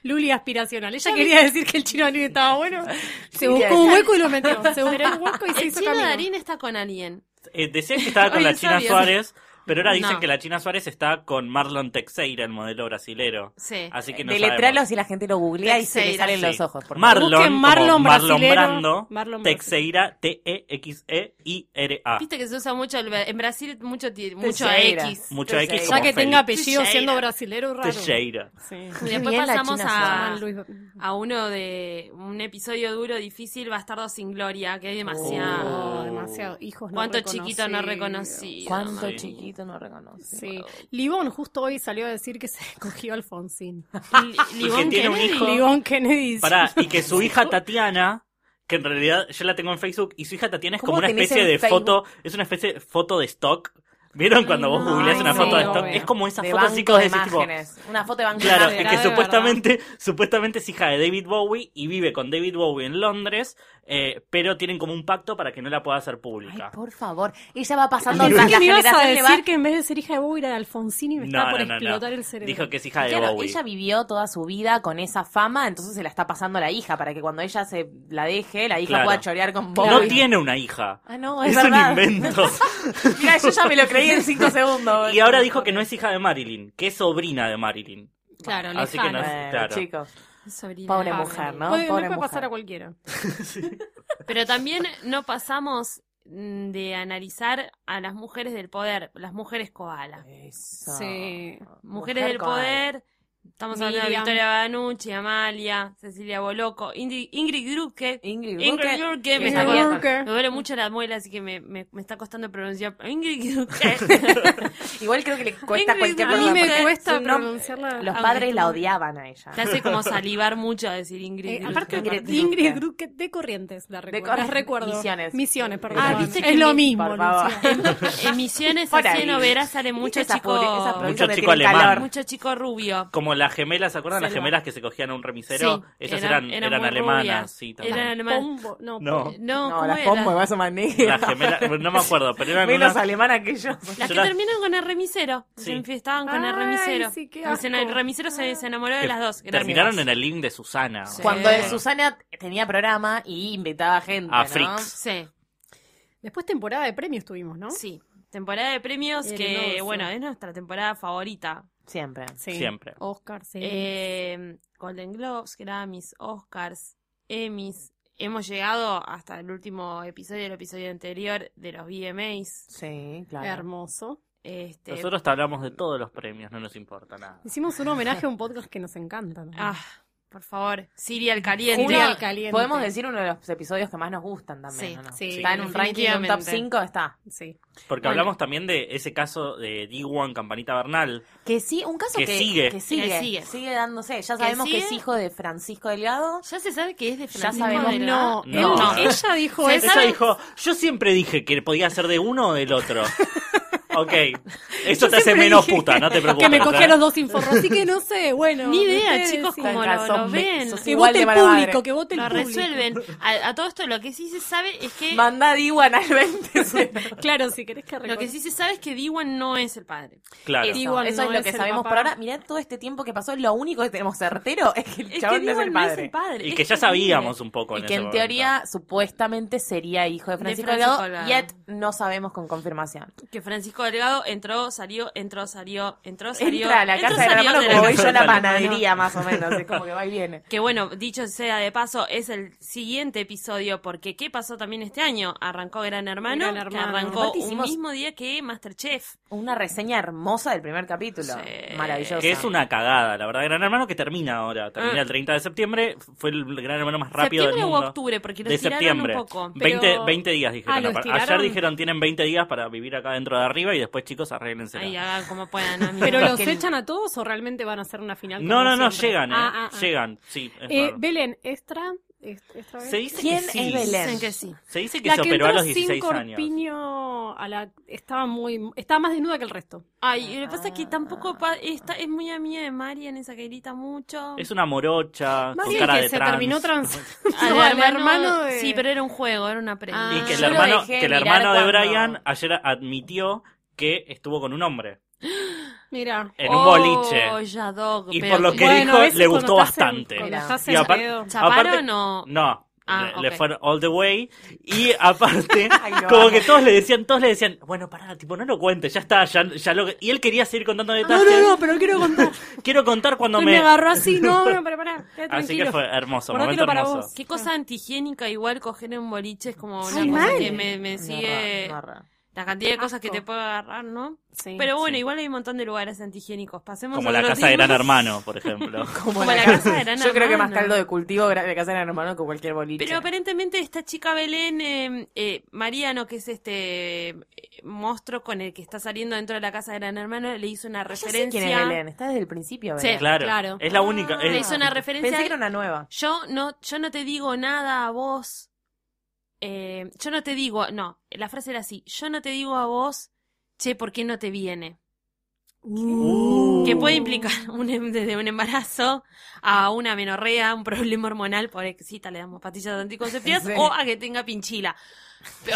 S4: Luli aspiracional. Ella quería decir que el chino Darín estaba bueno. Se
S1: Sí,
S4: buscó
S1: ya
S4: un
S1: está.
S4: hueco y lo metió. Se buscó un hueco y se
S8: El
S4: hizo
S8: chino
S4: camino.
S8: Darín está con alguien.
S5: Eh, decían que estaba con
S8: Ay,
S5: la
S8: no
S5: China
S8: sabía.
S5: Suárez, pero ahora dicen
S8: No.
S5: que la China Suárez está con Marlon Teixeira, el modelo brasilero.
S8: Sí.
S5: Así que no
S1: Deletrealos y la gente lo googlea y se le
S8: Teixeira,
S1: salen
S5: sabemos.
S1: los ojos. por favor.
S5: Sí. Marlon,
S4: Busquen
S5: como
S4: Marlon
S5: Marlon
S4: brasilero,
S5: Brando,
S4: Marlon brasilero.
S5: Teixeira, T-E-X-E-I-R-A.
S8: Viste que se usa mucho el- en Brasil mucho ti-
S1: Te
S8: mucho
S1: seguirá.
S8: X.
S5: Mucho
S1: Te
S5: X
S1: seguirá.
S5: como
S4: Ya que
S5: Félix.
S4: tenga apellido
S8: Teixeira.
S4: siendo brasilero, raro.
S5: Teixeira.
S4: Sí.
S1: Qué
S8: Después
S1: bien la
S8: pasamos
S1: China
S8: a-
S1: Suárez.
S4: Luis-
S8: A uno de un episodio duro, difícil, Bastardo sin Gloria, que hay demasiado.
S4: Oh, demasiado. Hijos no
S8: ¿Cuánto chiquito no
S4: reconocidos.
S8: reconocí?
S1: Cuánto
S5: Sí.
S1: chiquito no reconoce.
S4: Sí. Libón justo hoy salió a decir que se cogió a Alfonsín.
S5: que tiene un hijo.
S4: Libón Kennedy.
S5: Pará, y que su hija Tatiana, que en realidad yo la tengo en Facebook, y su hija Tatiana es
S1: ¿Cómo
S5: como una
S1: tenés
S5: especie
S1: en
S5: de
S1: Facebook?
S5: foto, es una especie de foto de stock. ¿Vieron cuando vos
S4: no,
S5: googleás
S4: ay,
S5: una
S4: sí,
S5: foto de
S4: obvio.
S5: stock? Es como esa
S1: de
S5: foto así
S1: banco
S5: que
S1: de
S5: vos decís, tipo,
S1: imágenes. Una foto de banco
S5: Claro,
S1: de
S5: es que
S4: grave,
S5: supuestamente, supuestamente es hija de David Bowie y vive con David Bowie en Londres, eh, pero tienen como un pacto para que no la pueda hacer
S1: Ay,
S5: pública.
S1: por favor. Ella va pasando
S4: Pensé
S1: la
S4: que me ibas a
S1: generación le va-
S4: decir que en vez de ser hija de Bowie era de Alfonsín y me
S5: no,
S4: está por
S5: no, no,
S4: explotar
S5: no.
S4: el cerebro.
S5: Dijo que es hija de
S1: Claro,
S5: Bowie.
S1: ella vivió toda su vida con esa fama, entonces se la está pasando a la hija para que cuando ella se la deje, la hija
S5: Claro.
S1: pueda chorear con Bowie.
S5: No tiene una hija.
S1: Ah, no, es,
S5: Es, un
S1: verdad.
S5: invento.
S1: Mira, yo ya me lo creí en cinco segundos.
S5: y ahora dijo que no es hija de Marilyn, que es sobrina de Marilyn.
S4: Claro,
S5: Así que
S4: lejano.
S5: no es-
S1: Bueno,
S5: claro.
S1: chicos,
S8: Sobrina
S1: pobre
S8: de
S1: mujer,
S8: Pablo.
S1: ¿no?
S4: Puede,
S1: pobre
S4: le puede
S1: mujer.
S4: pasar a cualquiera.
S8: Pero también no pasamos mm, de analizar a las mujeres del poder, las mujeres koala.
S1: Eso.
S4: Sí.
S8: Mujeres
S1: Mujer
S8: del
S1: con-
S8: poder, estamos hablando de
S4: Miriam.
S8: Victoria Banucci, Amalia, Cecilia Boloco, Indi- Ingrid Gruke.
S1: Ingrid
S8: Ingrid
S1: Burke.
S8: Gruke,
S1: Ingrid
S8: me está
S1: Burke.
S8: costando-
S4: Burke.
S8: me duele mucho la muela, así que me, me- me está costando pronunciar. Ingrid Gruke.
S1: Igual creo que le cuesta
S8: Ingrid
S1: cualquier
S4: A mí
S8: Burke.
S1: nombre.
S4: me
S8: Su
S4: cuesta
S1: nombre-
S4: pronunciarla.
S1: Los
S8: aunque
S1: padres
S8: tú-
S1: la odiaban a ella.
S8: Te hace como salivar mucho decir Ingrid
S4: Eh,
S8: Gruke.
S4: aparte,
S1: Ingrid
S4: Ingrid,
S1: Gruke.
S4: Gruke de Corrientes, la recuerdo.
S1: Cor-
S4: las recuerdo.
S1: Misiones.
S4: Misiones, perdón.
S8: Ah, ¿viste
S4: es
S8: que
S4: lo
S8: mi-
S4: mismo.
S1: por favor.
S4: Lucía.
S8: Emisiones
S1: Por
S8: así
S1: ahí.
S8: en Oberá sale mucho
S1: Esa
S8: chico,
S1: pobre- esa provincia
S5: Mucho
S1: que
S5: chico
S1: tiene
S5: alemán.
S1: calor.
S8: mucho chico rubio.
S5: Como las gemelas, ¿se acuerdan? Las
S4: Selva.
S5: gemelas que se cogían a un remisero.
S8: Sí,
S5: Ellas
S8: eran-
S5: eran,
S8: eran
S5: eran,
S8: muy rubias.
S5: alemanas, sí, también.
S8: Eran alemanas.
S4: Pombo, no,
S5: No.
S4: Pombo.
S8: No,
S1: No,
S8: ¿cómo
S1: las
S8: era?
S1: pombo me vas a
S5: Las gemelas, no me acuerdo, pero eran
S1: Menos
S5: unas-
S1: alemana que yo.
S8: Las que
S5: Yo las-
S8: terminan con el remisero.
S5: Sí.
S8: Se enfiestaban con el
S4: Ay,
S8: remisero.
S4: sí, qué
S8: Y se-
S4: asco.
S8: el remisero se, se enamoró de
S5: que
S8: las dos. eran
S5: Terminaron
S8: amigas.
S5: en el link de Susana.
S8: Sí.
S1: Cuando
S8: Eh.
S1: Susana tenía programa y invitaba gente.
S5: A
S1: ¿no?
S5: Freaks.
S8: Sí,
S4: Después temporada de premios tuvimos, ¿no?
S8: sí. Temporada de premios
S4: Era
S8: que,
S4: hermoso.
S8: bueno, es nuestra temporada favorita.
S1: Siempre.
S4: Sí.
S5: Siempre.
S4: Oscar, sí.
S8: Eh, Golden Globes, Grammys, Oscars, Emmys. Hemos llegado hasta el último episodio, el episodio anterior de los VMAs.
S1: Sí, claro.
S4: Hermoso.
S8: Este,
S5: Nosotros te hablamos de todos los premios, no nos importa nada.
S4: Hicimos un homenaje a un podcast que nos encanta. ¿no?
S8: Ah, por favor, Serial Caliente.
S4: Uno-
S8: Serial
S4: Serial caliente.
S1: Podemos decir uno de los episodios que más nos gustan también.
S8: Sí,
S1: ¿o no?
S4: sí,
S1: está en un ranking, en un top
S8: definitivamente.
S1: 5 está.
S4: Sí.
S5: Porque
S8: Bueno.
S5: hablamos también de ese caso de D1 Campanita Bernal.
S1: Que sí, un caso
S5: Que
S1: que,
S5: sigue.
S1: que sigue,
S8: Que sigue.
S1: sigue. dándose. Ya sabemos que,
S8: sigue.
S1: es hijo de Francisco Delgado.
S8: Ya se sabe que es de Francisco
S1: sabemos.
S8: Delgado.
S4: No,
S5: No.
S4: él-
S5: No.
S4: ella dijo
S8: Se
S4: eso.
S5: Ella
S8: sabe-
S5: dijo, yo siempre dije que podía ser de uno o del otro. ok, eso
S4: Yo
S5: te hace
S4: siempre
S5: menos
S4: dije
S5: puta, no te preocupes.
S4: Que me cogí a
S5: ¿eh?
S4: los dos inforros, así que no sé, bueno.
S8: Ni idea,
S4: ustedes
S8: chicos,
S4: sí.
S1: Está
S8: cómo
S1: en
S8: lo,
S1: razón,
S8: lo
S1: me-
S8: ven.
S1: sos
S4: Que
S1: Igual
S4: vote
S1: de
S4: el
S1: mala madre.
S4: público, que vote el
S8: Lo
S4: público.
S8: resuelven. A, a todo esto lo que sí se sabe es que
S1: Manda Diwan al 20.
S4: Claro, si querés que
S8: lo que sí se sabe es que Diwan no es el padre.
S5: Claro.
S1: Eso,
S4: Diwan
S1: eso
S4: no
S1: es lo
S4: es
S1: que
S4: el
S1: sabemos
S4: papá.
S1: por ahora. Mirá todo este tiempo que pasó, lo único que tenemos certero es que el
S8: Es que
S1: chabón no es
S8: Diwan
S1: el
S8: no es
S1: padre.
S8: el padre.
S5: Y
S8: es
S5: que ya
S8: terrible.
S5: sabíamos un poco.
S1: Y
S5: en
S1: que
S5: ese
S1: en
S5: momento.
S1: teoría supuestamente sería hijo de Francisco,
S8: Francisco
S1: Delgado,
S8: Delgado.
S1: yet no sabemos con confirmación.
S8: Que Francisco Delgado entró, salió, entró, salió, entró, salió.
S1: Entra a la
S8: entró,
S1: casa del
S8: salió
S1: hermano
S8: de
S1: como
S5: la
S1: voy yo a
S5: casa
S1: la
S5: del
S1: panadería, más o menos. Es como que va y viene.
S8: Que bueno, dicho sea de paso, es el siguiente episodio, porque ¿qué pasó también este año? Arrancó Gran Hermano,
S4: Gran
S8: que
S4: Hermano.
S8: arrancó
S1: Aparte
S8: un
S1: hicimos-
S8: mismo día que Masterchef.
S1: Una reseña hermosa del primer capítulo.
S8: Sí.
S1: Maravillosa.
S5: Que es una cagada, la verdad. Gran Hermano que termina ahora. Termina
S8: Ah.
S5: el 30 de septiembre. Fue el Gran Hermano más rápido del
S8: ¿Septiembre
S5: mundo.
S8: o octubre? Porque lo
S5: de
S8: estiraron
S5: septiembre.
S8: un poco.
S4: pero-
S5: 20, 20 días
S4: Ah,
S5: dijeron.
S4: ¿lo
S5: Apar- Ayer
S4: estiraron?
S5: dijeron tienen 20 días para vivir acá dentro de arriba y después chicos arréglense.
S8: Ahí hagan como puedan. a mí
S4: Pero
S8: no,
S4: los
S8: que-
S4: echan a todos o realmente van a hacer una final.
S5: No,
S4: como
S5: no, no,
S4: siempre?
S5: llegan, eh.
S4: Ah, ah, ah.
S5: Llegan, sí. es
S4: Eh,
S5: raro.
S4: Belén, extra. est- extra vez?
S5: se dice
S1: ¿Quién
S5: que
S1: es
S5: sí.
S1: Belén?
S8: Dicen que sí.
S5: Se dice que
S4: la
S5: se
S4: que
S5: operó
S4: entró
S5: a los
S4: sin
S5: 16 años.
S4: corpiño a la estaba muy estaba más desnuda que el resto.
S8: Ay, y lo que pasa es que
S5: Ah.
S8: tampoco pa- esta es muy amiga de Marian, esa que grita mucho.
S5: Es una morocha,
S4: Más
S5: con
S4: bien
S5: cara
S4: que
S5: de
S4: se
S5: trans.
S4: terminó trans.
S8: Al
S4: no, al hermano de-
S8: Sí, pero era un juego, era una prenda.
S5: Y que el
S1: yo lo
S5: hermano,
S1: dejé
S5: que el
S1: mirar
S5: hermano de
S1: cuando-
S5: Brian ayer admitió que estuvo con un hombre
S4: Mira.
S5: en un boliche.
S8: Oh, ya, dog,
S5: Y
S8: pero-
S5: por lo que
S4: Bueno,
S5: dijo,
S4: ese
S5: le
S4: cuando
S5: gustó
S4: estás en-
S5: bastante.
S4: cuando
S1: Mira.
S4: estás
S5: Y
S4: en
S5: aparte-
S4: pedo.
S8: ¿Chaparon
S5: Aparte-
S8: o...?
S5: No,
S8: Ah,
S5: le, le
S8: ok.
S5: fueron all the way. Y aparte,
S1: Ay, lo
S5: como
S1: amo.
S5: que todos le decían, todos le decían, bueno, pará, tipo, no lo cuentes, ya está, ya, ya lo... Y él quería seguir contando
S4: No,
S5: detalles.
S4: no, no, pero quiero contar.
S5: Quiero contar cuando
S4: Me...
S5: me...
S4: me agarró así, no, no, pero pará, quédate
S5: Así
S4: tranquilo.
S5: que fue hermoso,
S4: Guardátelo
S5: momento
S4: para
S5: hermoso.
S4: vos.
S8: Qué cosa antihigiénica igual coger en boliche es como una
S4: Ay,
S8: cosa
S4: mal.
S8: que me, me sigue
S1: Narra, narra.
S8: la cantidad de cosas que
S4: Asco.
S8: te puede agarrar, ¿no?
S4: Sí,
S8: Pero bueno,
S4: sí.
S8: igual hay un montón de lugares antihigiénicos. Pasemos
S5: Como
S8: a
S5: la
S8: otro
S5: casa de
S8: tema.
S5: Gran Hermano, por ejemplo.
S1: Como
S8: Como la casa de Gran
S1: Yo creo que más
S8: Hermano.
S1: caldo de cultivo gra- de casa de Gran hermano que cualquier boliche.
S8: Pero aparentemente esta chica Belén, eh, eh, Mariano, que es este eh, monstruo con el que está saliendo dentro de la casa de Gran Hermano, le hizo una
S1: Ah, ya sé
S8: referencia.
S1: quién es Belén. Está desde el principio,
S8: Sí,
S1: Belén.
S5: claro.
S4: Claro.
S5: Es la única.
S1: Ah,
S5: es-
S8: Le hizo una referencia.
S1: Pensé que era una nueva.
S8: Yo no, yo no te digo nada a vos. Eh, yo no te digo, no, la frase era así, yo no te digo a vos, che, ¿por qué no te viene?
S5: Uh.
S8: Que puede implicar un, em- desde un embarazo a una amenorrea, un problema hormonal, por excita, le damos pastillas anticonceptivas,
S1: Sí.
S8: o a que tenga pinchila.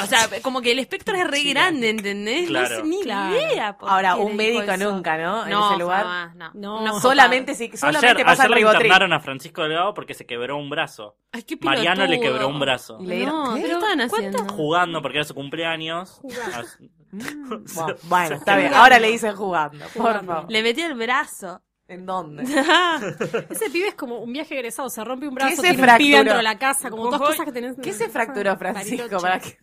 S8: O sea, como que el espectro es re grande, ¿entendés? No
S5: Claro.
S8: es ni
S4: Claro.
S8: idea. por
S1: Ahora,
S8: qué le
S1: un
S8: dijo
S1: médico
S8: eso.
S1: nunca, ¿no?
S8: No,
S1: en ese lugar.
S8: jamás, no.
S4: No.
S8: No,
S1: Solamente, si, solamente
S5: Ayer,
S1: pasa
S5: ayer
S1: el
S5: lo
S1: ribotril.
S5: internaron a Francisco Delgado porque se quebró un brazo.
S8: Ay, qué
S5: Mariano le
S8: pelotudo.
S5: quebró un brazo.
S1: Y le dieron-
S8: No,
S1: ¿qué?
S8: ¿qué estaban haciendo?
S5: Jugando porque era su cumpleaños. As-
S1: Mm, bueno, bueno, está bien. Ahora le dicen jugando. Por
S4: Jugando.
S1: favor.
S8: Le metí el brazo.
S1: ¿En dónde?
S4: Ese pibe es como un viaje egresado, se rompe un brazo,
S1: se
S4: tiene un
S1: fracturó?
S4: pibe dentro de la casa, como todas
S8: Ojo,
S4: cosas que tenés.
S1: ¿Qué se fracturó, Francisco?
S4: Bariloche.
S1: ¿Para qué?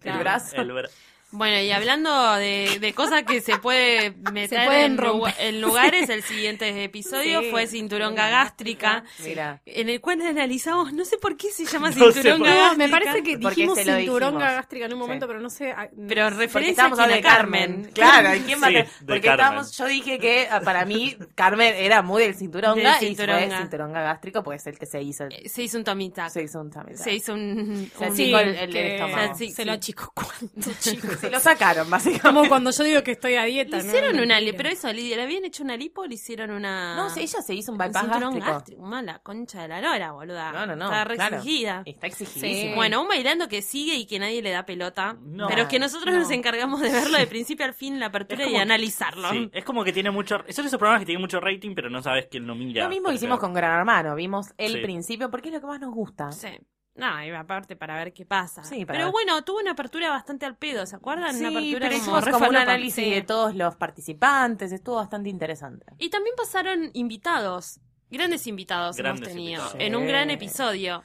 S4: Claro.
S1: El brazo.
S5: el bra-
S8: Bueno, y hablando de, de cosas que se puede meter
S4: pueden
S8: en,
S4: romper.
S8: lugar- en lugares, el siguiente episodio
S4: Sí.
S8: fue cinturonga gástrica,
S1: Mira.
S8: en el cual analizamos, no sé por qué se llama
S5: No sé por
S8: cinturonga
S5: qué.
S8: gástrica,
S4: No, me parece que
S1: Porque
S4: dijimos
S1: se lo
S4: cinturón
S1: dijimos.
S4: gástrica en un momento,
S1: Sí.
S4: pero no sé. a- no
S8: pero
S4: sé.
S1: Porque
S8: referencia
S1: estábamos
S8: aquí a
S1: hablando
S8: la
S1: de
S8: Carmen.
S1: Carmen. Claro, ¿y quién va a
S5: Sí,
S1: tener-
S5: de
S1: Porque
S5: Carmen.
S1: estábamos, yo dije que ah, para mí Carmen era muy del cinturonga,
S8: Del
S1: y
S8: cinturonga.
S1: fue cinturonga gástrico porque es el que se hizo, el-
S8: Eh, Se hizo un tomita,
S1: se hizo un tamizado.
S8: se hizo un...
S1: Se
S8: un-
S1: Sí,
S4: Sí,
S1: con el- el
S4: que-
S1: estómago.
S4: sí, se
S8: sí.
S4: lo achicó cuánto, chicos.
S1: Se lo sacaron,
S4: Como
S1: básicamente.
S4: cuando yo digo que estoy a dieta.
S8: Le
S4: ¿no?
S8: hicieron
S4: No,
S8: una,
S4: mentira.
S8: pero eso, le, le habían hecho una lipo, le hicieron una...
S1: No, sí, ella se hizo un
S8: un
S1: bypass
S8: cinturón
S1: gástrico.
S8: gástrico, mala concha de la lora, boluda.
S1: No, no, no,
S8: Está re
S1: claro.
S8: exigida.
S1: Está exigidísimo.
S4: Sí.
S8: Bueno, un bailando que sigue y que nadie le da pelota.
S5: No.
S8: Pero que nosotros
S1: No.
S8: nos encargamos de verlo de principio al fin, la apertura
S5: Es
S8: y
S5: como-
S8: analizarlo.
S5: Sí, es como que tiene mucho. Son esos programas que tienen mucho rating, pero no sabes quién lo mira.
S1: Lo mismo
S5: Porque-
S1: hicimos con Gran Hermano, vimos el
S5: Sí.
S1: principio porque es lo que más nos gusta.
S8: Sí. No, y aparte para ver qué pasa.
S1: Sí, para
S8: pero
S1: ver.
S8: bueno, tuvo una apertura bastante al pedo, ¿se acuerdan? una
S1: Sí,
S8: apertura
S1: pero
S8: como
S1: hicimos
S8: re
S1: como un
S8: falopa.
S1: análisis
S8: Sí.
S1: de todos los participantes, estuvo bastante interesante.
S8: Y también pasaron invitados, grandes invitados
S5: Grandes
S8: hemos tenido
S5: invitados.
S8: en un
S1: Sí.
S8: gran episodio.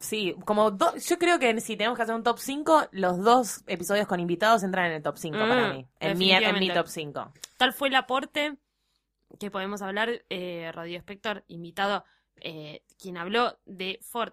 S1: Sí, como do- yo creo que si tenemos que hacer un top 5, los dos episodios con invitados entran en el top 5
S8: Mm,
S1: para mí. En mi, en mi
S8: definitivamente.
S1: top 5.
S8: Tal fue el aporte que podemos hablar, eh, Radio Spector, invitado, eh, quien habló de Ford.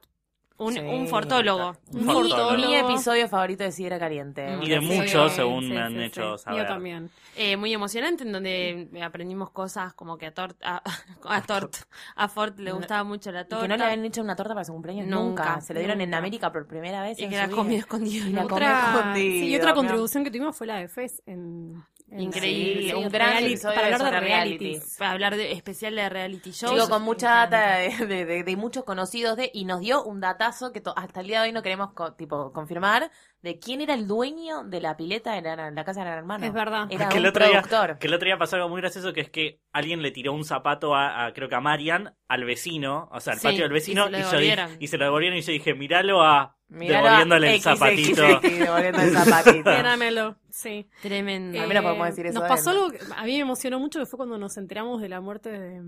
S8: Un,
S1: Sí.
S8: un fortólogo.
S5: Un
S8: Un
S5: Mi-
S8: fortólogo.
S5: fortólogo.
S1: Mi episodio favorito de Sidra Caliente.
S8: Mm.
S5: Y de
S1: Sí.
S5: muchos, según me han hecho saber.
S4: Yo también.
S8: Eh, muy emocionante, en donde aprendimos cosas como que a Tort, a, a Tort, a Ford le
S1: No.
S8: gustaba mucho la
S1: Y
S8: torta.
S1: que no le habían hecho una torta para su cumpleaños nunca.
S8: Nunca,
S1: Se lo dieron en
S8: nunca.
S1: América por primera vez.
S8: y
S1: en
S8: que
S1: su
S8: la
S1: vida.
S8: comida escondida.
S1: Y la
S8: ¿no?
S1: comida
S4: Otra,
S1: escondido,
S4: sí, otra
S1: mi amor.
S4: contribución que tuvimos fue la de Fez. En, en-
S8: Increíble,
S4: sí,
S8: un
S4: en
S1: gran
S4: reality-
S1: episodio
S4: Para
S1: de
S4: hablar de
S1: Zona Reality.
S4: reality.
S8: Para hablar de especial de reality shows.
S1: Chico, con mucha
S8: Me encanta.
S1: data de, de- de- de muchos conocidos de, y nos dio un datazo que to- hasta el día de hoy no queremos co- tipo confirmar de quién era el dueño de la pileta de la, la casa de la hermana.
S4: Es verdad.
S1: Era
S5: Que el
S1: un
S5: otro día-
S1: productor.
S5: Que el otro día pasó algo muy gracioso, que es que alguien le tiró un zapato a, a- creo que a Marian, al vecino, o sea, al
S8: Sí,
S5: patio del vecino,
S8: y se lo
S5: y, yo dije-
S8: devolvieron.
S5: y se lo devolvieron y yo dije, miralo a...
S1: Mirá
S5: devolviéndole
S1: la
S5: el zapatito.
S1: XXX, devolviendo el zapatito.
S4: Dámelo, sí. Eh,
S8: Tremendo.
S1: Al menos podemos decir eso eh,
S4: Nos
S1: de
S4: pasó
S1: él.
S4: algo que a mí me emocionó mucho, que fue cuando nos enteramos de la muerte de...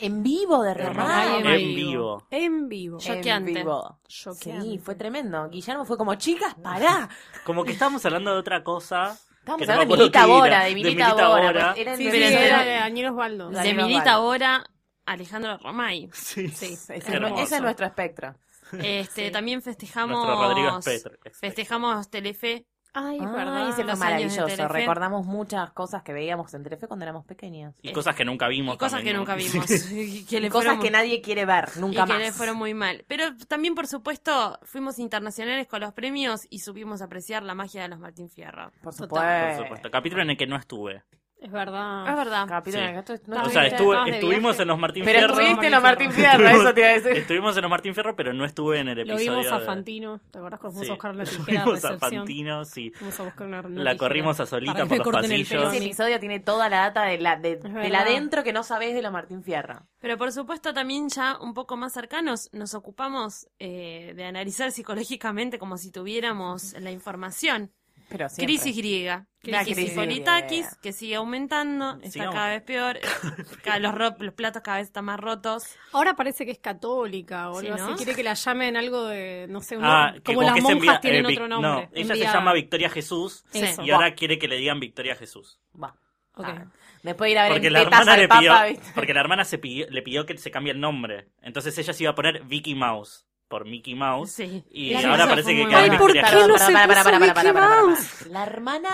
S1: En vivo de
S4: Román.
S1: Román.
S4: Ay,
S5: en vivo.
S4: En vivo.
S8: Yo- Choqueante.
S1: En vivo. Sí,
S4: Choqueante.
S1: fue tremendo. Guillermo fue como, chicas, pará.
S5: Como que estábamos hablando de otra cosa.
S1: Estábamos
S5: Que no me
S1: hablando de
S5: acuerdo
S1: Milita
S5: qué era,
S1: Bora, de
S5: de
S1: Milita
S5: Milita
S1: Bora.
S5: Bora.
S1: pues, Era
S4: Sí,
S1: el
S4: sí,
S1: de-
S8: Pero-
S4: era de Daniel Osvaldo.
S1: Daniel
S8: De
S1: Daniel
S8: Milita
S1: Oval.
S8: ahora, Alejandro Romay.
S5: Sí.
S4: Sí.
S1: Ese es-
S5: Hermoso.
S1: ese es nuestro espectro.
S8: Este, También festejamos.
S5: Nuestro Rodrigo Espectro.
S8: Festejamos Telefe.
S4: Ay, es
S1: Ay,
S4: verdad.
S1: Ah, ese fue
S8: los años de
S1: maravilloso.
S8: Telefe.
S1: Recordamos muchas cosas que veíamos en Telefe cuando éramos pequeños.
S5: Y cosas que nunca vimos.
S8: Y cosas
S5: también,
S8: que
S5: ¿no?
S8: nunca vimos. Y que le
S1: cosas
S8: fueron-
S1: que nadie quiere ver,
S8: y
S1: nunca
S8: que
S1: más.
S8: le fueron muy mal. Pero también, por supuesto, fuimos internacionales con los premios y supimos apreciar la magia de los Martín Fierro.
S1: Por
S8: Total.
S5: Por supuesto. Capítulo en el que no estuve.
S4: Es
S8: Es
S1: Ah,
S4: verdad.
S8: verdad.
S1: Capítulo
S5: Sí.
S1: en el que esto- no-
S5: O
S4: Ay,
S5: sea,
S4: mira,
S5: estuve-
S4: estabas de
S5: estuvimos
S4: viaje.
S5: en los Martín
S1: pero
S5: Fierro.
S1: estuviste en los Martín
S4: Martín
S1: Fierro, eso te iba a decir.
S5: Estuvimos en los Martín Fierro, pero no estuve en el
S4: Lo
S5: episodio.
S4: vimos a
S5: de-
S4: Fantino. ¿Te acordás cuando fuimos
S5: Sí.
S4: a buscar la tijera de
S5: Fuimos a
S4: recepción?
S5: Fantino, sí.
S4: Fuimos a buscar una, una
S5: La
S4: tijera
S5: corrimos a solita
S4: para que
S5: por
S4: me
S5: los
S4: corten el pelo
S5: pasillos.
S4: a
S1: Ese
S4: mí.
S1: episodio tiene toda la data de la, de,
S4: verdad.
S1: del adentro que no sabés de los Martín Fierro.
S8: Pero por supuesto también ya un poco más cercanos nos ocupamos eh, de analizar psicológicamente como si tuviéramos la información.
S1: Pero siempre.
S8: Crisis griega.
S1: La
S8: Crisis,
S1: crisis
S8: politakis,
S1: griega.
S8: que sigue aumentando, está
S5: Sigamos.
S8: cada vez peor, cada- los, ro- los platos cada vez están más rotos.
S4: Ahora parece que es católica o
S8: Sí,
S4: algo así.
S8: ¿no?
S4: Quiere que la llamen algo de, no sé, un-
S5: Ah, que
S4: como
S5: como
S4: las
S5: que es
S4: monjas
S5: envia-
S4: tienen
S5: eh, vi-
S4: otro nombre.
S5: No, ella
S4: Enviada.
S5: se llama Victoria Jesús
S4: Eso.
S5: y ahora quiere que le digan Victoria Jesús.
S1: Va.
S4: Ok.
S1: Ah. Después ir a ver
S5: Porque
S1: en
S5: la
S1: tetas
S5: hermana
S1: al
S5: le
S1: Papa,
S5: pidió,
S1: ¿viste?
S5: porque la hermana se pidió- le pidió que se cambie el nombre. Entonces ella se iba a poner Vicky Mouse por Mickey Mouse
S8: Sí.
S5: y
S1: Claro,
S5: ahora
S1: eso
S5: parece
S8: fue
S5: que
S8: muy
S5: cada
S4: Ay,
S5: vez
S4: ¿por
S5: Victoria
S4: qué
S5: Jesús.
S4: no se puso Mickey
S1: La hermana,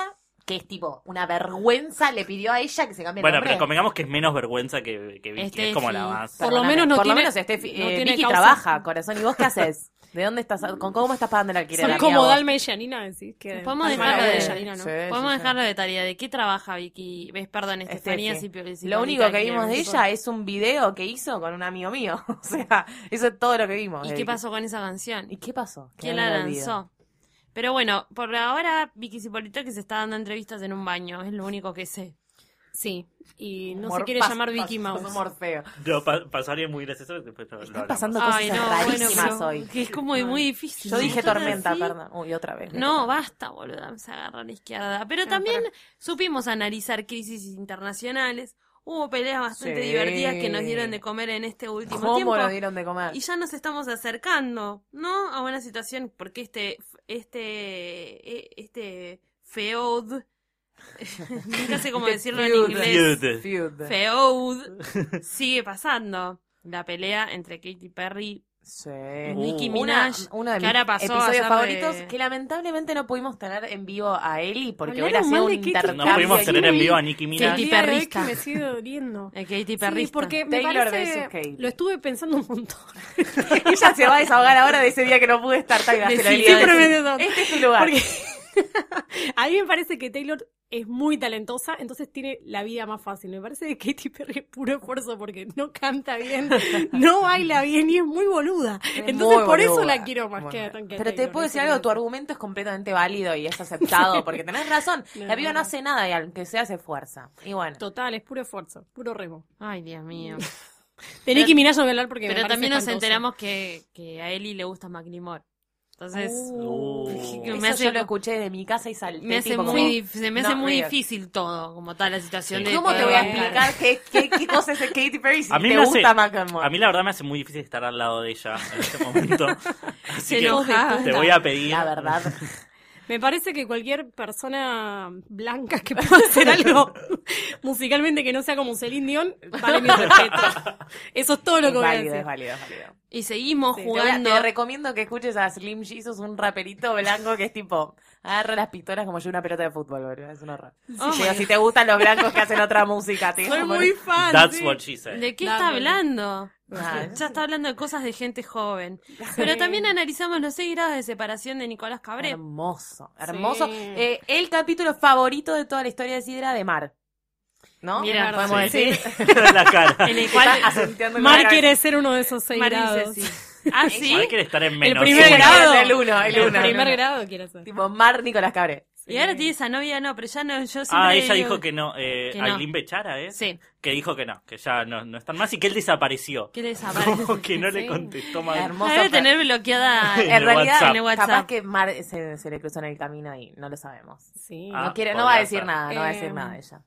S1: que es tipo una vergüenza, le pidió a ella que se cambie el
S5: Bueno,
S1: nombre.
S5: pero convengamos que es menos vergüenza que, que Vicky,
S8: Este,
S5: es como la
S8: sí.
S5: más.
S4: Por lo
S1: Perdóname,
S4: menos no
S1: por
S4: tiene-
S1: lo menos Estefi-
S4: no
S1: eh,
S4: tiene
S1: Vicky
S4: causa.
S1: trabaja, corazón. ¿Y vos qué haces? ¿De dónde estás? ¿Con cómo estás pagando el alquiler?
S4: Son
S1: amiga,
S4: como
S1: vos?
S4: Dalma y Janina, decís que. Ah,
S8: Podemos
S4: Dalma
S8: dejarlo
S4: era
S8: de-
S4: Yanina, ¿no?
S1: Sí, sí,
S8: Podemos
S1: sí.
S8: dejarlo de tarea. ¿De qué trabaja Vicky? ¿Ves? Perdón, Estefanía
S1: Estefi.
S8: Cipio- Cipolita,
S1: Lo único que
S8: quiero
S1: vimos de
S8: decir.
S1: ella es un video que hizo con un amigo mío. O sea, eso es todo lo que vimos.
S8: ¿Y
S1: de
S8: qué
S1: Vicky.
S8: pasó con esa canción?
S1: ¿Y qué pasó?
S8: ¿Quién
S1: Quedó
S8: la
S1: en el olvido.
S8: lanzó? Pero bueno, por ahora Vicky Cipolito que se está dando entrevistas en un baño, es lo único que sé.
S4: Sí. Y no
S1: Mor-
S4: se quiere
S1: pas-
S4: llamar
S1: pas-
S4: Vicky
S1: pasó
S4: Mouse.
S1: Morfeo.
S5: No, pa- pasó alguien muy gracioso. Después lo- lo
S1: Están
S5: hablamos. Ah,
S1: pasando cosas rarísimas
S8: pero-
S1: hoy.
S8: Que es como muy difícil.
S1: Yo
S8: Si
S1: dije
S8: están
S1: tormenta,
S8: así-
S1: perdón. Uy, otra vez.
S8: No, basta, boluda, se agarra a la izquierda. Ah, Pero también supimos analizar crisis internacionales. Hubo peleas bastante
S1: Sí.
S8: divertidas que nos dieron de comer en este último
S1: ¿Cómo
S8: tiempo.
S1: lo dieron de comer?
S8: Y ya nos estamos acercando, ¿no? A una situación, porque este, este, eh, este feud, nunca sé cómo decirlo en
S1: Feud.
S8: inglés,
S5: Feud.
S1: Feud.
S8: feud, sigue pasando. La pelea entre Katy Perry,
S1: Sí.
S8: Nicki
S5: Uh.
S8: Minaj,
S1: Una- uno de
S8: que
S1: mis
S8: ahora pasó a
S1: episodios
S8: ser
S1: favoritos
S8: de-
S1: que lamentablemente no pudimos tener en vivo a Eli porque
S4: Hablaron
S1: hubiera sido
S4: mal
S1: un
S4: de Katy Perry.
S5: No
S1: intercambio.
S5: pudimos
S1: ahí.
S5: tener en vivo a Nicki Minaj.
S8: Katy
S4: El día de hoy
S8: Perrista.
S4: que me sigue doliendo.
S8: eh, Katy Perry.
S4: Sí, porque me
S1: Taylor
S4: parece,
S1: versus Katy.
S4: lo estuve pensando un montón.
S1: Ella se va a desahogar ahora de ese día que no pude estar. tal vez, pero Eli va a decir,
S4: siempre me dio tanto.
S1: Este es tu lugar.
S4: Porque a mí me parece que Taylor es muy talentosa, entonces tiene la vida más fácil. Me parece que Katy Perry es puro esfuerzo porque no canta bien, no baila bien y es muy boluda.
S1: Es
S4: entonces
S1: muy
S4: por eso
S1: boluda.
S4: la quiero más
S1: Muy
S4: que,
S1: boluda.
S4: que
S1: Pero te
S4: Taylor,
S1: puedo
S4: eso
S1: decir
S4: quiero
S1: algo, tu argumento es completamente válido y es aceptado, porque tenés razón.
S4: No.
S1: La piba no hace nada y aunque sea se esfuerza. Y bueno.
S4: Total, es puro esfuerzo, puro remo.
S8: Ay, Dios mío.
S4: Tenés que mirar a hablar porque me
S8: Pero
S4: parece
S8: también nos
S4: espantoso.
S8: enteramos que, que a Eli le gusta Macklemore. Entonces,
S5: Uh.
S8: me
S1: Eso
S8: hace
S1: yo lo
S8: co-
S1: escuché de mi casa y salté.
S8: me hace
S1: tipo,
S8: muy,
S1: como,
S8: dif- se me
S1: "Not
S8: hace muy
S1: real".
S8: difícil todo, como tal la situación de...
S1: ¿Cómo te voy a
S8: poder
S1: explicar qué, qué, qué cosa es Katy Perry si
S5: A mí
S1: te
S5: me hace-
S1: gusta Macklemore?
S5: A mí la verdad me hace muy difícil estar al lado de ella en este momento. Así
S8: Se
S5: que
S8: enoja.
S5: te voy a pedir.
S1: La verdad.
S4: Me parece que cualquier persona blanca que pueda hacer algo musicalmente que no sea como Celine Dion, vale mi respeto. Eso es todo lo
S1: Es
S4: que voy a
S1: válido, es
S4: decir.
S1: válido, es válido.
S8: Y seguimos
S1: Sí, te voy a-
S8: jugando.
S1: Te, recomiendo que escuches a Slim Jesus, un raperito blanco que es tipo, agarra las pistolas como yo una pelota de fútbol, boludo. Es un horror.
S8: Oh
S1: Digo,
S8: my
S1: si te gustan los blancos que hacen otra música, te
S4: Soy
S1: digo,
S4: muy fan.
S5: That's
S4: Ah, sí.
S5: what she said.
S8: ¿De qué
S4: Dame.
S8: está hablando?
S1: Ah,
S8: Ya está hablando de cosas de gente joven. Pero también analizamos los seis grados de separación de Nicolás Cabré.
S1: Hermoso, hermoso.
S4: Sí.
S1: Eh, el capítulo favorito de toda la historia de Sidra de Mar. ¿No?
S8: Mira,
S1: podemos
S4: sí.
S1: decir.
S5: la cara.
S8: En el
S1: que está
S8: cual
S1: acenteando con la
S4: Mar
S1: cabeza.
S4: quiere ser uno de esos seis
S8: Mari
S4: grados.
S8: dice sí. ¿Ah, sí?
S5: Mar quiere estar en menos.
S4: primer
S5: uno.
S4: grado.
S1: El uno, el
S4: El,
S1: uno. el
S4: primer
S1: uno.
S4: grado quiere ser.
S1: Tipo, Mar Nicolás Cabré.
S8: Y ahora tiene esa novia, no, pero ya no, yo siempre
S5: Ah, ella
S8: digo-
S5: dijo que no. Eh,
S8: Que no.
S5: Aileen Bechara, ¿eh?
S8: Sí,
S5: Que dijo que no, que ya no, no están más y que él desapareció.
S8: que desaparece.
S5: Como que no le
S4: Sí.
S5: contestó más.
S1: Hermoso.
S8: Debe
S1: pero-
S8: tener bloqueada
S5: En
S8: en
S1: En
S5: el
S1: realidad,
S5: WhatsApp.
S8: el
S1: capaz
S8: WhatsApp.
S1: que Mar se, se le cruzó en el camino y no lo sabemos.
S4: Sí.
S5: Ah,
S1: no quiere, no
S5: podría
S1: va a decir
S5: ser.
S1: nada, no va a
S4: Eh,
S1: decir nada ella.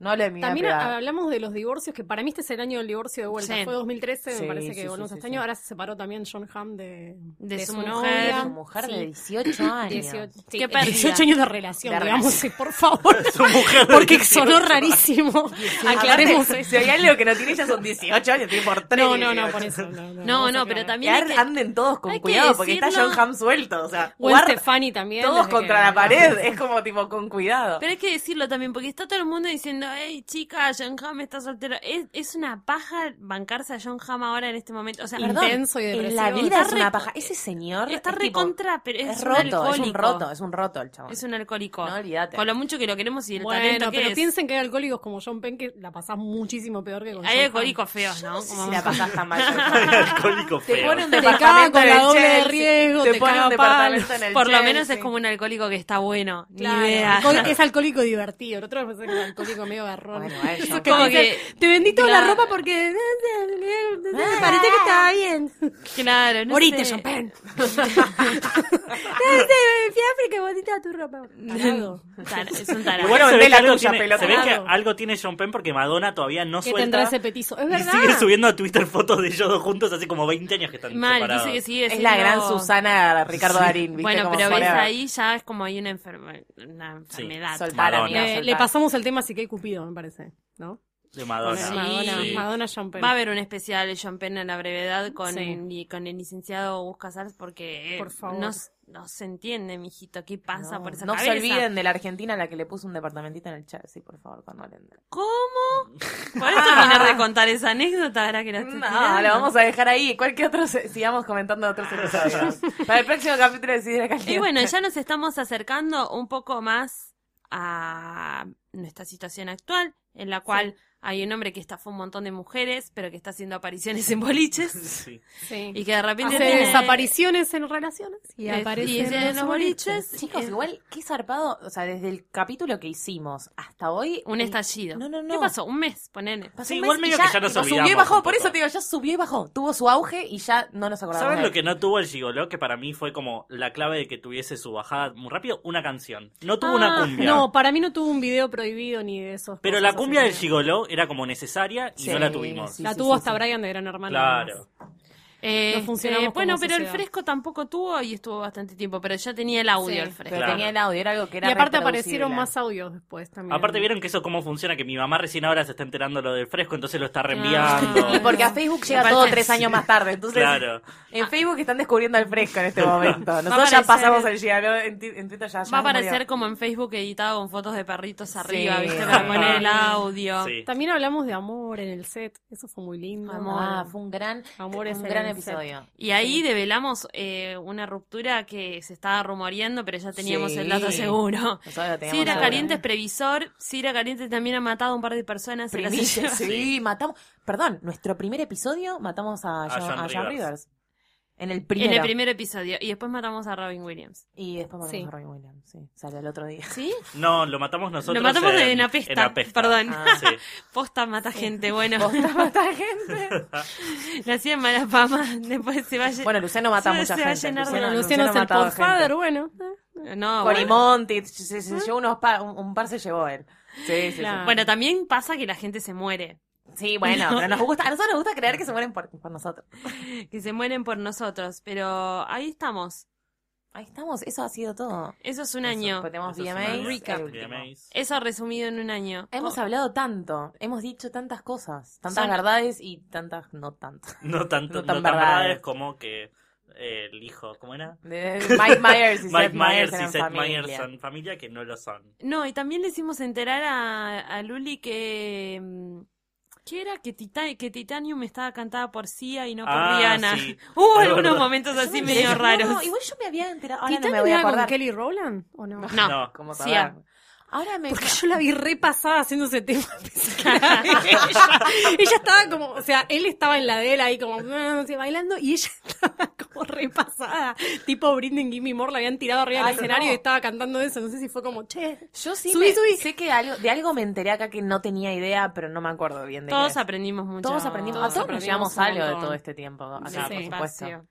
S1: No hablo de mi vida
S4: También
S1: privada.
S4: hablamos de los divorcios, que para mí este es el año del divorcio de vuelta.
S8: Sí.
S4: Fue 2013,
S1: Sí,
S4: me parece
S1: sí,
S4: que volvemos
S1: sí,
S4: a
S1: sí,
S4: este año.
S1: sí.
S4: Ahora se separó también John Hamm de,
S8: De su mujer.
S4: novia.
S1: Su mujer
S4: Sí.
S1: de 18 años.
S4: 18, sí,
S8: Qué pérdida.
S4: 18 años de relación,
S1: De
S4: digamos,
S1: relación.
S4: sí, por favor.
S5: Su mujer de
S4: Porque
S5: 18
S4: sonó rarísimo. Aclaremos
S1: Aparte,
S4: eso.
S1: Si hay algo que no tiene ella son 18 años, tiene por 3.
S4: No, no, no, por eso. No, no,
S8: No,
S4: vamos a
S8: no,
S4: aclarar.
S8: pero
S1: Y
S8: también hay
S1: ahora
S8: que-
S1: anden todos con
S8: hay que
S1: cuidado porque está
S8: decirlo.
S1: John Ham suelto. O sea,
S4: Gwen
S1: guarda,
S4: Stefani también.
S1: todos
S4: desde
S1: contra
S4: que-
S1: la pared. Es como tipo con cuidado.
S8: Pero hay que decirlo también, porque está todo el mundo diciendo, hey chica, John Hamm está soltero. Es, es una paja bancarse a John Hamm ahora en este momento. O sea,
S4: Perdón, intenso y
S1: en
S4: depresivo.
S1: la vida es
S4: Está
S1: una
S4: re-
S1: paja. Ese señor
S8: está
S1: es tipo-
S8: recontra, pero es,
S1: Es
S8: un
S1: roto,
S8: alcohólico.
S1: es un roto, es un roto el chabón.
S8: Es un alcohólico.
S1: No, olvídate.
S8: Con lo mucho que lo queremos y el
S4: Bueno,
S8: talento que
S4: pero
S8: es.
S4: piensen que hay alcohólicos como John Penn que la pasás muchísimo peor que con John
S8: Hay
S4: Hamm.
S8: alcohólicos feos, ¿no?
S1: No sé
S8: Como-
S1: si la pasás tan mal.
S5: Alcohólico
S1: Te
S5: feo.
S1: pone un
S4: Te
S1: departamento
S4: caga con la
S1: en el
S4: doble de
S1: Chelsea,
S4: riesgo, te
S1: pone un
S4: caga palo.
S1: departamento en el
S8: Por lo menos
S1: Chelsea.
S8: es como un alcohólico que está bueno.
S4: Claro,
S8: Ni idea.
S4: alcohol- es alcoholico divertido. El otro es un alcohólico medio garrón.
S1: Bueno, bueno,
S4: Eso
S1: John
S4: que
S8: Como
S4: dicen,
S8: que-
S4: te vendí toda la
S8: Claro.
S4: ropa porque me parecía que estaba bien.
S8: Claro, no
S4: Morite,
S8: sé.
S4: John Penn. Fui a África, bonita tu ropa. Tarado.
S8: Tar- Es un
S5: Y
S8: tarado.
S5: bueno, se
S1: Vende
S5: ve, que
S1: la
S5: algo,
S1: tuya,
S5: tiene,
S1: pelota.
S5: se ve que
S4: Claro.
S5: algo tiene John Penn porque Madonna todavía no
S4: Que tendrá
S5: suelta.
S4: ese petizo. Es
S5: Y
S4: verdad.
S5: sigue subiendo a Twitter fotos de ellos dos juntos hace como 20 años que están
S8: Mal,
S5: separados.
S8: dice que sigue
S1: Es la gran
S8: siendo-
S1: Susana Ricardo Darín, ¿viste?
S8: Bueno,
S1: Como
S8: pero ves
S1: forever.
S8: ahí ya es como hay una, enferma- una
S5: Sí.
S8: enfermedad.
S1: Soltar,
S5: Madonna.
S1: amiga,
S4: Le,
S1: soltar.
S4: le pasamos el tema así que hay Cupido, me parece. ¿No?
S5: De Madonna.
S8: Sí.
S4: Madonna,
S5: Sí.
S4: Madonna John Penn.
S8: Va a haber un especial de John Penn en la brevedad con,
S4: Sí.
S8: y con el licenciado Gus Casals porque eh,
S4: Por favor.
S8: No, s- no se entiende, mijito, qué pasa
S1: No,
S8: por esa
S1: no se
S8: cabeza.
S1: olviden de la Argentina a la que le puso un departamentito en el Chelsea, por favor, cuando Holanda.
S8: ¿Cómo? ¿Podés terminar de contar esa anécdota ahora que la estoy
S1: No, lo
S8: tirando?
S1: vamos a dejar ahí. Cualquier otro, se- sigamos comentando otros episodios. Para el próximo capítulo de Sidra Caliente.
S8: Ah. Y bueno, ya nos estamos acercando un poco más a nuestra situación actual, en la cual hay un hombre que estafó un montón de mujeres, pero que está haciendo apariciones en boliches.
S5: Sí.
S4: Sí.
S8: Y que de repente
S4: Hace
S8: tiene-
S4: desapariciones en relaciones y
S8: y
S4: aparece
S8: es de
S4: en
S8: los boliches.
S1: Chicos,
S8: Eh,
S1: igual, qué zarpado. O sea, desde el capítulo que hicimos hasta hoy.
S8: Un
S1: eh,
S8: estallido.
S1: No, no, no.
S8: ¿Qué pasó? Un mes, ponele.
S1: Pasó
S5: Sí,
S1: un
S5: igual
S1: mes y
S5: medio que ya nos
S1: tipo, Subió y
S5: olvidamos
S1: bajó,
S5: un
S1: por
S5: poco.
S1: eso te digo, ya subió y bajó. Tuvo su auge y ya no nos acordamos.
S5: ¿Saben
S1: de él.
S5: lo que no tuvo el Gigoló? Que para mí fue como la clave de que tuviese su bajada muy rápido. Una canción. No tuvo una
S4: Ah,
S5: cumbia.
S4: No, para mí no tuvo un video prohibido ni de esos.
S5: pero la cumbia del Gigoló era como necesaria y
S1: Sí,
S5: no la tuvimos.
S1: sí,
S4: La
S1: sí,
S4: tuvo
S1: sí,
S4: hasta
S1: sí.
S4: Brian de Gran Hermano.
S5: Claro.
S4: además.
S8: Eh,
S4: No funcionamos como
S8: bueno, pero el
S4: sociedad.
S8: fresco tampoco tuvo y estuvo bastante tiempo, pero ya tenía el audio
S4: Sí.
S8: el
S1: Pero
S8: fresco.
S5: Claro.
S1: tenía el audio, era algo que
S4: Y
S1: era
S4: aparte
S1: reproducible.
S4: aparecieron más audios después también.
S5: Aparte vieron que eso cómo funciona, que mi mamá recién ahora se está enterando lo del fresco, entonces lo está reenviando.
S8: Ah.
S1: Y porque a Facebook llega
S8: Aparte-
S1: todo tres años más tarde. Entonces,
S5: Claro.
S1: en Facebook están descubriendo el fresco en este momento. Nosotros
S8: aparecer-
S1: ya pasamos el gigalo, en, ti- en Twitter ya, ya
S8: Va a
S1: murió.
S8: aparecer como en Facebook editado con fotos de perritos arriba,
S1: Sí. Ah,
S8: ¿viste? Para poner el audio.
S5: Sí.
S4: También hablamos de amor en el set. Eso fue muy lindo.
S8: Amor.
S1: Ah, fue un gran,
S4: Amor es
S1: un
S4: el
S1: gran
S4: insecto.
S1: episodio.
S8: Y ahí develamos eh, una ruptura que se estaba rumoreando, pero ya teníamos
S1: Sí.
S8: el dato seguro.
S1: Nosotros lo teníamos
S8: Cira
S1: seguro.
S8: Caliente es previsor. Cira Caliente también ha matado a un par de personas. en las
S1: Primicia,
S8: escenas.
S1: sí, matamos. Perdón, nuestro primer episodio matamos a, John, a John Rivers. En el primero.
S8: En el primer episodio. Y después matamos a Robin Williams.
S1: Y después matamos
S4: Sí.
S1: a Robin Williams. Sí, sale el otro día.
S8: ¿Sí?
S5: No, lo matamos nosotros.
S8: Lo matamos
S5: en,
S8: en Apesta,
S5: en Apesta.
S8: perdón.
S5: Ah, sí.
S8: Posta mata gente, bueno.
S1: Posta, mata gente.
S8: Le hacían mala fama. Después se va a lle-
S1: Bueno, Luciano mata a
S8: Se-
S1: mucha
S8: se va a
S1: gente.
S8: llenar de-
S4: Bueno,
S8: Luciano-
S4: Luciano es el
S1: mataba
S4: podfather,
S1: gente.
S4: bueno.
S8: No, bueno.
S1: Corimonti, se, se-
S8: ¿Mm?
S1: se llevó unos pa- un, un par se llevó él. Sí, sí, sí.
S4: Claro.
S8: Bueno, también pasa que la gente se muere.
S1: Sí, bueno, pero nos gusta, a nosotros nos gusta creer que se mueren por, por nosotros.
S8: Que se mueren por nosotros. Pero ahí estamos.
S1: Ahí estamos, eso ha sido todo.
S8: Eso es un
S1: Eso,
S8: año.
S1: porque tenemos
S5: Eso es
S1: VMAs,
S5: una-
S1: recap.
S5: VMAs.
S1: Eh,
S8: Eso resumido en un año.
S1: Hemos
S8: Oh,
S1: hablado tanto, hemos dicho tantas cosas, tantas
S8: Son-
S1: verdades y tantas no tantas.
S5: No tanto,
S1: No
S5: no
S1: tan
S5: tan,
S1: verdades.
S5: verdades como que eh, el hijo, ¿cómo era?
S1: De- Mike Myers y
S5: Mike
S1: Seth Myers
S5: Myers y
S1: eran
S5: Seth
S1: familia.
S5: Myers son familia que no lo son.
S8: No, y también le hicimos enterar a, a Luli que. mm, ¿Qué era? Que, Tita- que Titanium estaba cantada por Sia y no por
S5: Ah,
S8: Rihanna.
S5: sí.
S8: Hubo
S5: Es
S8: algunos
S5: verdad.
S8: momentos
S1: Yo me
S8: así
S1: enteré-
S8: medio raros.
S1: No, no, igual yo me había enterado, ahora no
S4: ¿Titanic
S1: me voy a
S4: era con
S1: acordar.
S4: Kelly Rowland o no?
S8: No.
S1: ¿Cómo
S8: Sí,
S1: saber?
S8: ah.
S1: Ahora me
S4: Porque yo la vi repasada haciendo ese tema. Pensé que era ella, Ella estaba como, o sea, él estaba en la de él ahí como mm, así, bailando y ella estaba como repasada. Tipo Brinden Gimme More la habían tirado arriba
S1: Ay,
S4: del escenario
S1: no.
S4: y estaba cantando eso. No sé si fue como, che.
S1: yo sí
S4: Subí,
S1: me-
S4: subí.
S1: sé que algo, de algo me enteré acá que no tenía idea, pero no me acuerdo bien de
S8: Todos
S1: qué.
S8: aprendimos mucho.
S1: Todos aprendimos, a
S4: todos
S1: todos nos llevamos
S8: un
S1: algo de
S8: montón.
S1: todo este tiempo acá,
S4: Sí,
S1: por
S4: sí.
S1: supuesto.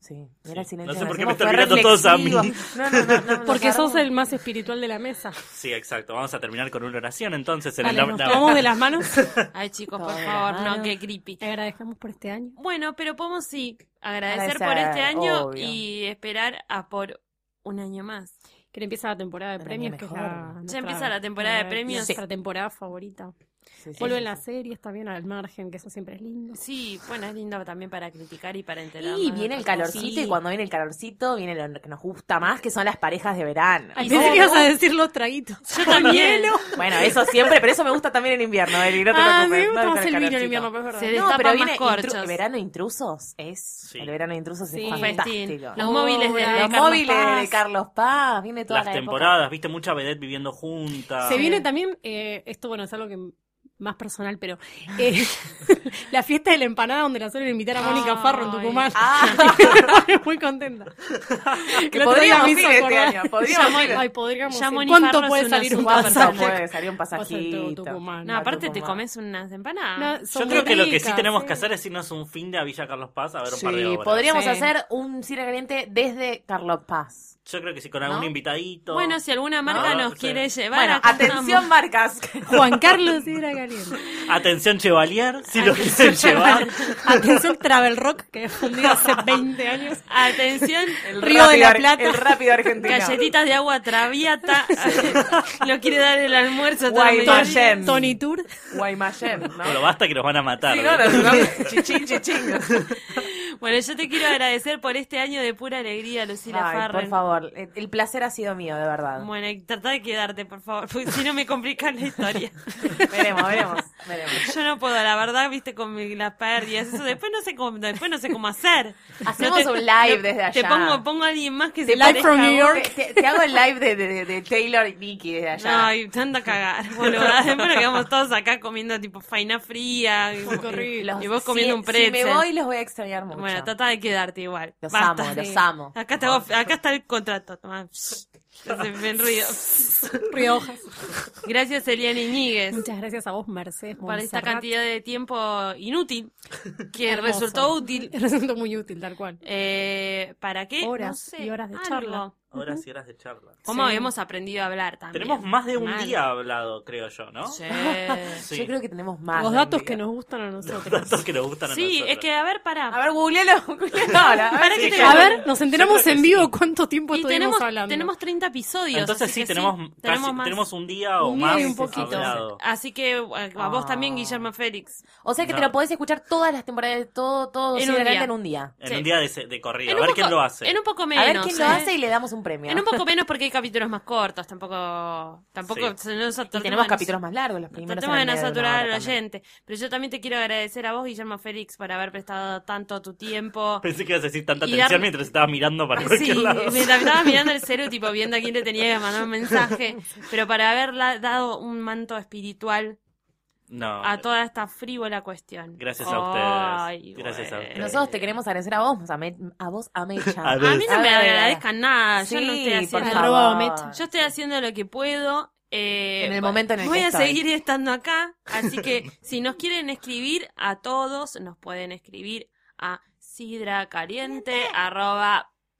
S1: Sí, mira el
S5: Sí.
S1: silencio.
S5: No sé
S1: que
S5: por qué
S1: hacemos,
S5: me están
S1: fue
S5: mirando todos a mí.
S1: reflexivo. No, no, no, no, nos
S4: Porque sos
S1: agarramos-
S4: el más espiritual de la mesa.
S5: Sí, exacto. Vamos a terminar con una oración entonces. En
S4: Dale,
S5: el-
S4: nos
S5: la-
S4: tomamos de las manos.
S8: Ay, chicos, por
S1: Todos
S8: favor,
S1: ganaron.
S8: no, qué creepy.
S4: Te agradecemos por este año.
S8: Bueno, pero podemos sí agradecer por
S1: Agradecer,
S8: este año
S1: obvio.
S8: y esperar a por un año más.
S4: Que le empieza la temporada de
S1: Pero
S4: premios,
S1: ni
S4: que es
S1: mejor.
S4: la-
S1: Ya
S4: nuestra-
S8: empieza la temporada de premios.
S4: Nuestra temporada favorita.
S1: Sí, sí,
S4: Vuelven
S1: sí,
S4: las
S1: sí.
S4: series también al margen, que eso siempre es lindo.
S8: Sí, bueno, es lindo también para criticar y para enterarnos.
S1: Y
S8: de
S1: viene el
S8: otras cosas.
S1: calorcito y cuando viene el calorcito viene lo que nos gusta más, que son las parejas de verano.
S4: Al
S8: Y
S4: principio
S8: sí.
S4: ibas a decir los traguitos.
S8: Yo también.
S1: Bueno, eso siempre, pero eso me gusta también en invierno, Eli, no te
S4: Ah, me
S1: preocupes,
S4: gusta
S1: no
S4: más
S1: es
S4: el vino en
S1: calorcito.
S4: invierno, pero es verdad.
S8: Se
S1: No,
S8: destapan
S1: pero
S8: más
S1: viene
S8: corchos.
S1: intru- el verano de intrusos es
S5: Sí.
S1: el verano de intrusos
S4: Sí.
S1: es
S4: Un
S8: festín.
S1: fantástico.
S8: Los móviles de,
S4: Los
S1: Los
S8: Carlos
S1: móviles
S8: Paz.
S1: de Carlos Paz, viene toda
S5: las
S1: la época.
S5: temporadas, viste mucha vedette viviendo juntas.
S4: Se viene también, eh, esto bueno, es algo que más personal, pero eh, la fiesta de la empanada donde la suelen invitar a Mónica
S8: Ay.
S4: Farro en Tucumán.
S1: Ah,
S4: Muy contenta.
S1: que
S4: El otro día
S1: podríamos
S4: me
S1: ir
S4: hizo
S1: este
S4: acordar.
S1: año, podríamos
S4: Ya,
S1: ir.
S4: Ay, podríamos
S8: Ya
S4: ir.
S8: Mónica Farro
S4: ¿Cuánto
S8: es
S4: puede
S8: una
S4: salir un
S8: superpasajero.
S1: ¿Cuánto
S8: pasaje.
S1: puede salir un
S4: Pasaje
S1: pasajito?
S4: Tucumán.
S8: No, aparte te
S1: Tucumán.
S8: comes unas empanadas.
S4: No, son
S5: Yo creo
S4: muy
S5: que lo que sí
S4: ricas,
S5: tenemos que
S4: sí.
S5: hacer es irnos un fin de a Villa Carlos Paz a ver un
S1: Sí,
S5: par de obras.
S1: podríamos
S4: Sí.
S1: hacer un cine caliente desde Carlos Paz.
S5: Yo creo que sí, con algún
S1: ¿No?
S5: invitadito.
S8: Bueno, si alguna marca
S5: No,
S8: nos
S5: sí.
S8: quiere llevar,
S1: Bueno,
S8: acá
S1: atención marcas.
S4: Juan Carlos era caliente.
S5: Atención Chevalier, si lo quieren llevar.
S4: Atención, Travel Rock, que fundido hace 20 años.
S8: estamos. Atención,
S1: El
S4: Río de
S1: rápido
S4: la
S1: ar-
S4: Plata.
S1: El rápido argentino.
S8: galletitas de agua traviata. lo quiere dar el almuerzo. a toda la
S1: Guaymallén.
S8: medianoche.
S1: Mayen.
S4: Tony Tour.
S1: Guaymallén, ¿no?
S5: Pero basta que nos van a matar.
S1: Sí, no,
S5: ¿viste?
S1: no, no, chichín, chichín.
S8: Bueno, yo te quiero agradecer por este año de pura alegría, Lucila
S1: Ay,
S8: Farren.
S1: por favor, el, el placer ha sido mío, de verdad.
S8: Bueno, y tratá de quedarte, por favor, porque si no me complican la historia.
S1: Veremos, veremos, veremos.
S8: Yo no puedo, la verdad, viste, con mi- las pérdidas, eso después no sé cómo, después no sé cómo hacer.
S1: Hacemos
S8: No te-
S1: un live
S8: no-
S1: desde allá.
S8: Te pongo, pongo a alguien más que se
S4: Live from
S8: parezca a
S4: New
S8: vos.
S4: York.
S1: Te, te- te hago el live de, de- de Taylor y Vicky desde allá.
S8: Ay, te anda a cagar, boludo. Después nos quedamos todos acá comiendo tipo faina fría. Y,
S4: Fue horrible.
S1: Los-
S8: y vos comiendo
S1: si-
S8: un pretzel.
S1: Si me voy, los voy a extrañar mucho.
S8: bueno, trata de quedarte igual.
S1: los
S8: Basta.
S1: amo, los amo.
S8: Acá, te hago- acá está el contrato. Tomá. Hace bien ruido.
S4: Riojas.
S8: Gracias, Elian Iñiguez.
S4: Muchas gracias a vos, Mercedes.
S8: Para esta
S4: Montserrat.
S8: cantidad de tiempo inútil que
S4: Hermoso.
S8: resultó útil.
S4: Resultó muy útil, tal cual.
S8: Eh, ¿Para qué?
S4: Horas
S8: No sé,
S4: y horas de
S8: algo.
S4: charla.
S5: Horas y horas de charla.
S8: ¿Cómo
S4: Sí.
S8: hemos aprendido a hablar también?
S5: Tenemos más de un
S8: Ah, Mal.
S5: día hablado, creo yo, ¿no?
S8: Sí.
S5: Sí.
S1: Yo creo que tenemos más.
S4: Los
S1: de un
S4: datos
S1: día.
S4: que nos gustan a nosotros.
S5: Datos que nos gustan a
S8: Sí,
S5: nosotros.
S8: es que, a ver, pará.
S1: A ver, googlealo. googlealo ahora. A ver
S8: Para
S1: si
S8: que te-
S1: yo-
S4: A ver, nos enteramos
S5: creo que
S4: en vivo
S5: sí.
S4: cuánto tiempo
S8: Y
S4: Pues estuvimos
S8: tenemos,
S4: hablando.
S8: tenemos 30 episodios.
S5: Entonces
S8: así
S5: sí,
S8: que
S5: tenemos, casi-
S8: tenemos
S5: tenemos,
S8: más.
S5: un día o
S4: Un día
S5: más
S4: y un poquito.
S5: hablado.
S8: Así que a, a vos
S1: Ah.
S8: también, Guillermo Félix.
S1: O sea que te
S5: No.
S1: lo podés escuchar todas las temporadas, de todo, todo,
S8: En
S1: sí,
S8: un
S1: adelante
S8: día.
S1: en un día.
S5: En
S8: Sí.
S5: un día de, se- de corrido.
S8: En
S5: A
S8: un
S5: ver
S8: poco-
S5: quién lo hace.
S8: En un poco
S1: a
S8: menos.
S1: ver quién lo
S8: ¿eh?
S1: hace y le damos un premio.
S8: En un poco menos porque hay capítulos más cortos. Tampoco. Tampoco.
S5: Sí.
S8: se nos
S1: Y
S8: atortemos
S1: tenemos
S8: en-
S1: capítulos más largos, los primeros.
S8: Tratemos de
S1: eran
S8: no
S1: media una
S8: saturar
S1: hora
S8: al
S1: también.
S8: oyente. Pero yo también te quiero agradecer a vos, Guillermo Félix, por haber prestado tanto tu tiempo.
S5: Pensé que ibas a decir tanta
S8: Y
S5: atención
S8: darme-
S5: mientras estabas mirando para
S8: Sí,
S5: cualquier lado.
S8: me la estaba mirando el cero, tipo viendo a quién le tenía que mandar un mensaje. Pero para haber dado un manto espiritual
S5: No.
S3: a toda esta frívola cuestión.
S5: Gracias a ustedes.
S3: Ay,
S5: Gracias a
S3: güey.
S5: ustedes.
S1: Nosotros te queremos agradecer a vos, a, Me- a vos, a Mecha.
S5: A ver.
S3: A mí no me
S1: A ver.
S3: agradezcan nada. yo no estoy
S1: Sí, por
S3: haciendo.
S1: favor.
S9: Arroba Mecha.
S3: Yo estoy haciendo lo que puedo. eh,
S1: En el momento en el
S3: voy
S1: que
S3: a
S1: estoy.
S3: seguir estando acá, así que si nos quieren escribir a todos, nos pueden escribir a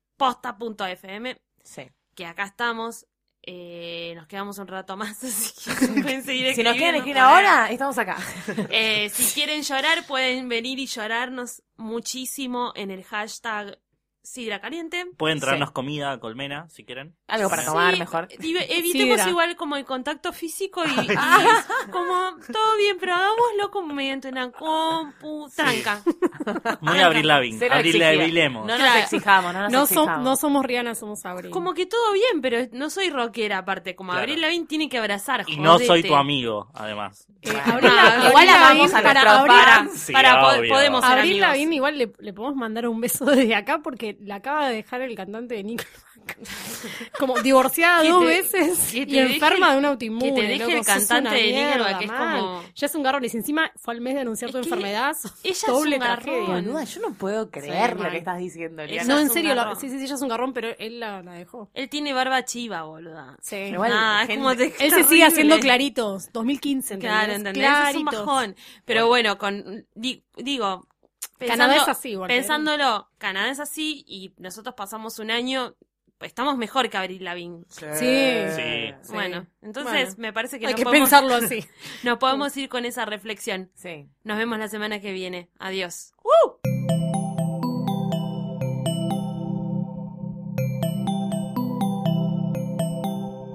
S3: sidracaliente@posta.fm,
S1: Sí.
S3: que acá estamos. eh, nos quedamos un rato más, así que pueden seguir
S1: Si nos quieren
S3: escribiendo
S1: elegir
S3: por ahí.
S1: ahora, estamos acá.
S3: Eh, si quieren llorar, pueden venir y llorarnos muchísimo en el hashtag Sidra Caliente.
S5: Pueden
S1: Sí.
S5: traernos comida, colmena, si quieren.
S1: Algo para tomar
S3: Sí,
S1: mejor.
S3: div- Evitemos
S9: Sidra.
S3: igual como el contacto físico y, y como todo bien, pero hagámoslo como mediante una compu tranca.
S5: Muy Abril Lavigne.
S1: Cero
S5: Abril
S1: exigida.
S5: Lavilemos.
S1: No nos
S3: Claro.
S1: exijamos, no nos
S4: No, som-
S1: exijamos.
S4: no somos Rihanna, somos Abril.
S3: Como que todo bien, pero no soy rockera aparte. Como
S5: Claro.
S3: Abril Lavín tiene que abrazar.
S5: Y no soy
S3: jodete.
S5: tu amigo, además.
S4: Eh,
S3: No,
S4: Lavigne-
S1: igual
S4: Avril
S1: amamos a
S4: Lavigne-
S1: nuestro
S4: para-
S1: fan.
S3: Para,
S5: Sí,
S3: para, po-
S5: obvio.
S3: podemos ser
S4: Abril
S3: amigos.
S4: Lavigne igual le, le podemos mandar un beso desde acá porque la acaba de dejar el cantante de Nickelback. Como divorciada
S3: Que
S4: dos
S3: te-
S4: veces
S3: que te
S4: y enferma
S3: deje-
S4: de un autoinmune.
S3: que te deje
S4: loco,
S3: el
S4: sos una
S3: cantante de
S4: mierda,
S3: Nickelback, que es
S4: mal.
S3: como-
S4: Ya es un garrón y si encima fue al mes de anunciar
S3: Es
S4: tu
S3: que
S4: enfermedad. sos
S3: ella es
S4: doble
S3: un garrón.
S4: tragedia.
S1: Boluda, yo no puedo
S4: Sí,
S1: creer lo
S4: mal.
S1: que estás diciendo,
S3: Eso
S1: Eliana.
S4: No,
S3: es
S4: en
S3: un
S4: serio, la-
S3: garrón.
S4: sí, sí, sí, ella es un garrón, pero él la, la dejó.
S3: Él tiene barba chiva, boluda.
S4: Sí.
S1: Igual,
S3: Nah, Ah, es
S1: gente-
S3: como te-
S4: él se sigue
S3: terrible.
S4: haciendo claritos. 2015, ¿entendés?
S3: Claro, ¿entendés? Es un
S4: Claritos.
S3: bajón. Pero bueno, con di- digo, pensando-
S4: Canadá es así, igual.
S3: pensándolo, Canadá es así y nosotros pasamos un año, pues, estamos mejor que Abril Lavín.
S5: Sí.
S4: Sí.
S3: Bueno, entonces
S4: Bueno.
S3: me parece que,
S4: Hay
S3: nos,
S4: que
S3: podemos,
S4: pensarlo así.
S3: nos podemos ir con esa reflexión.
S1: Sí.
S3: Nos vemos la semana que viene. Adiós.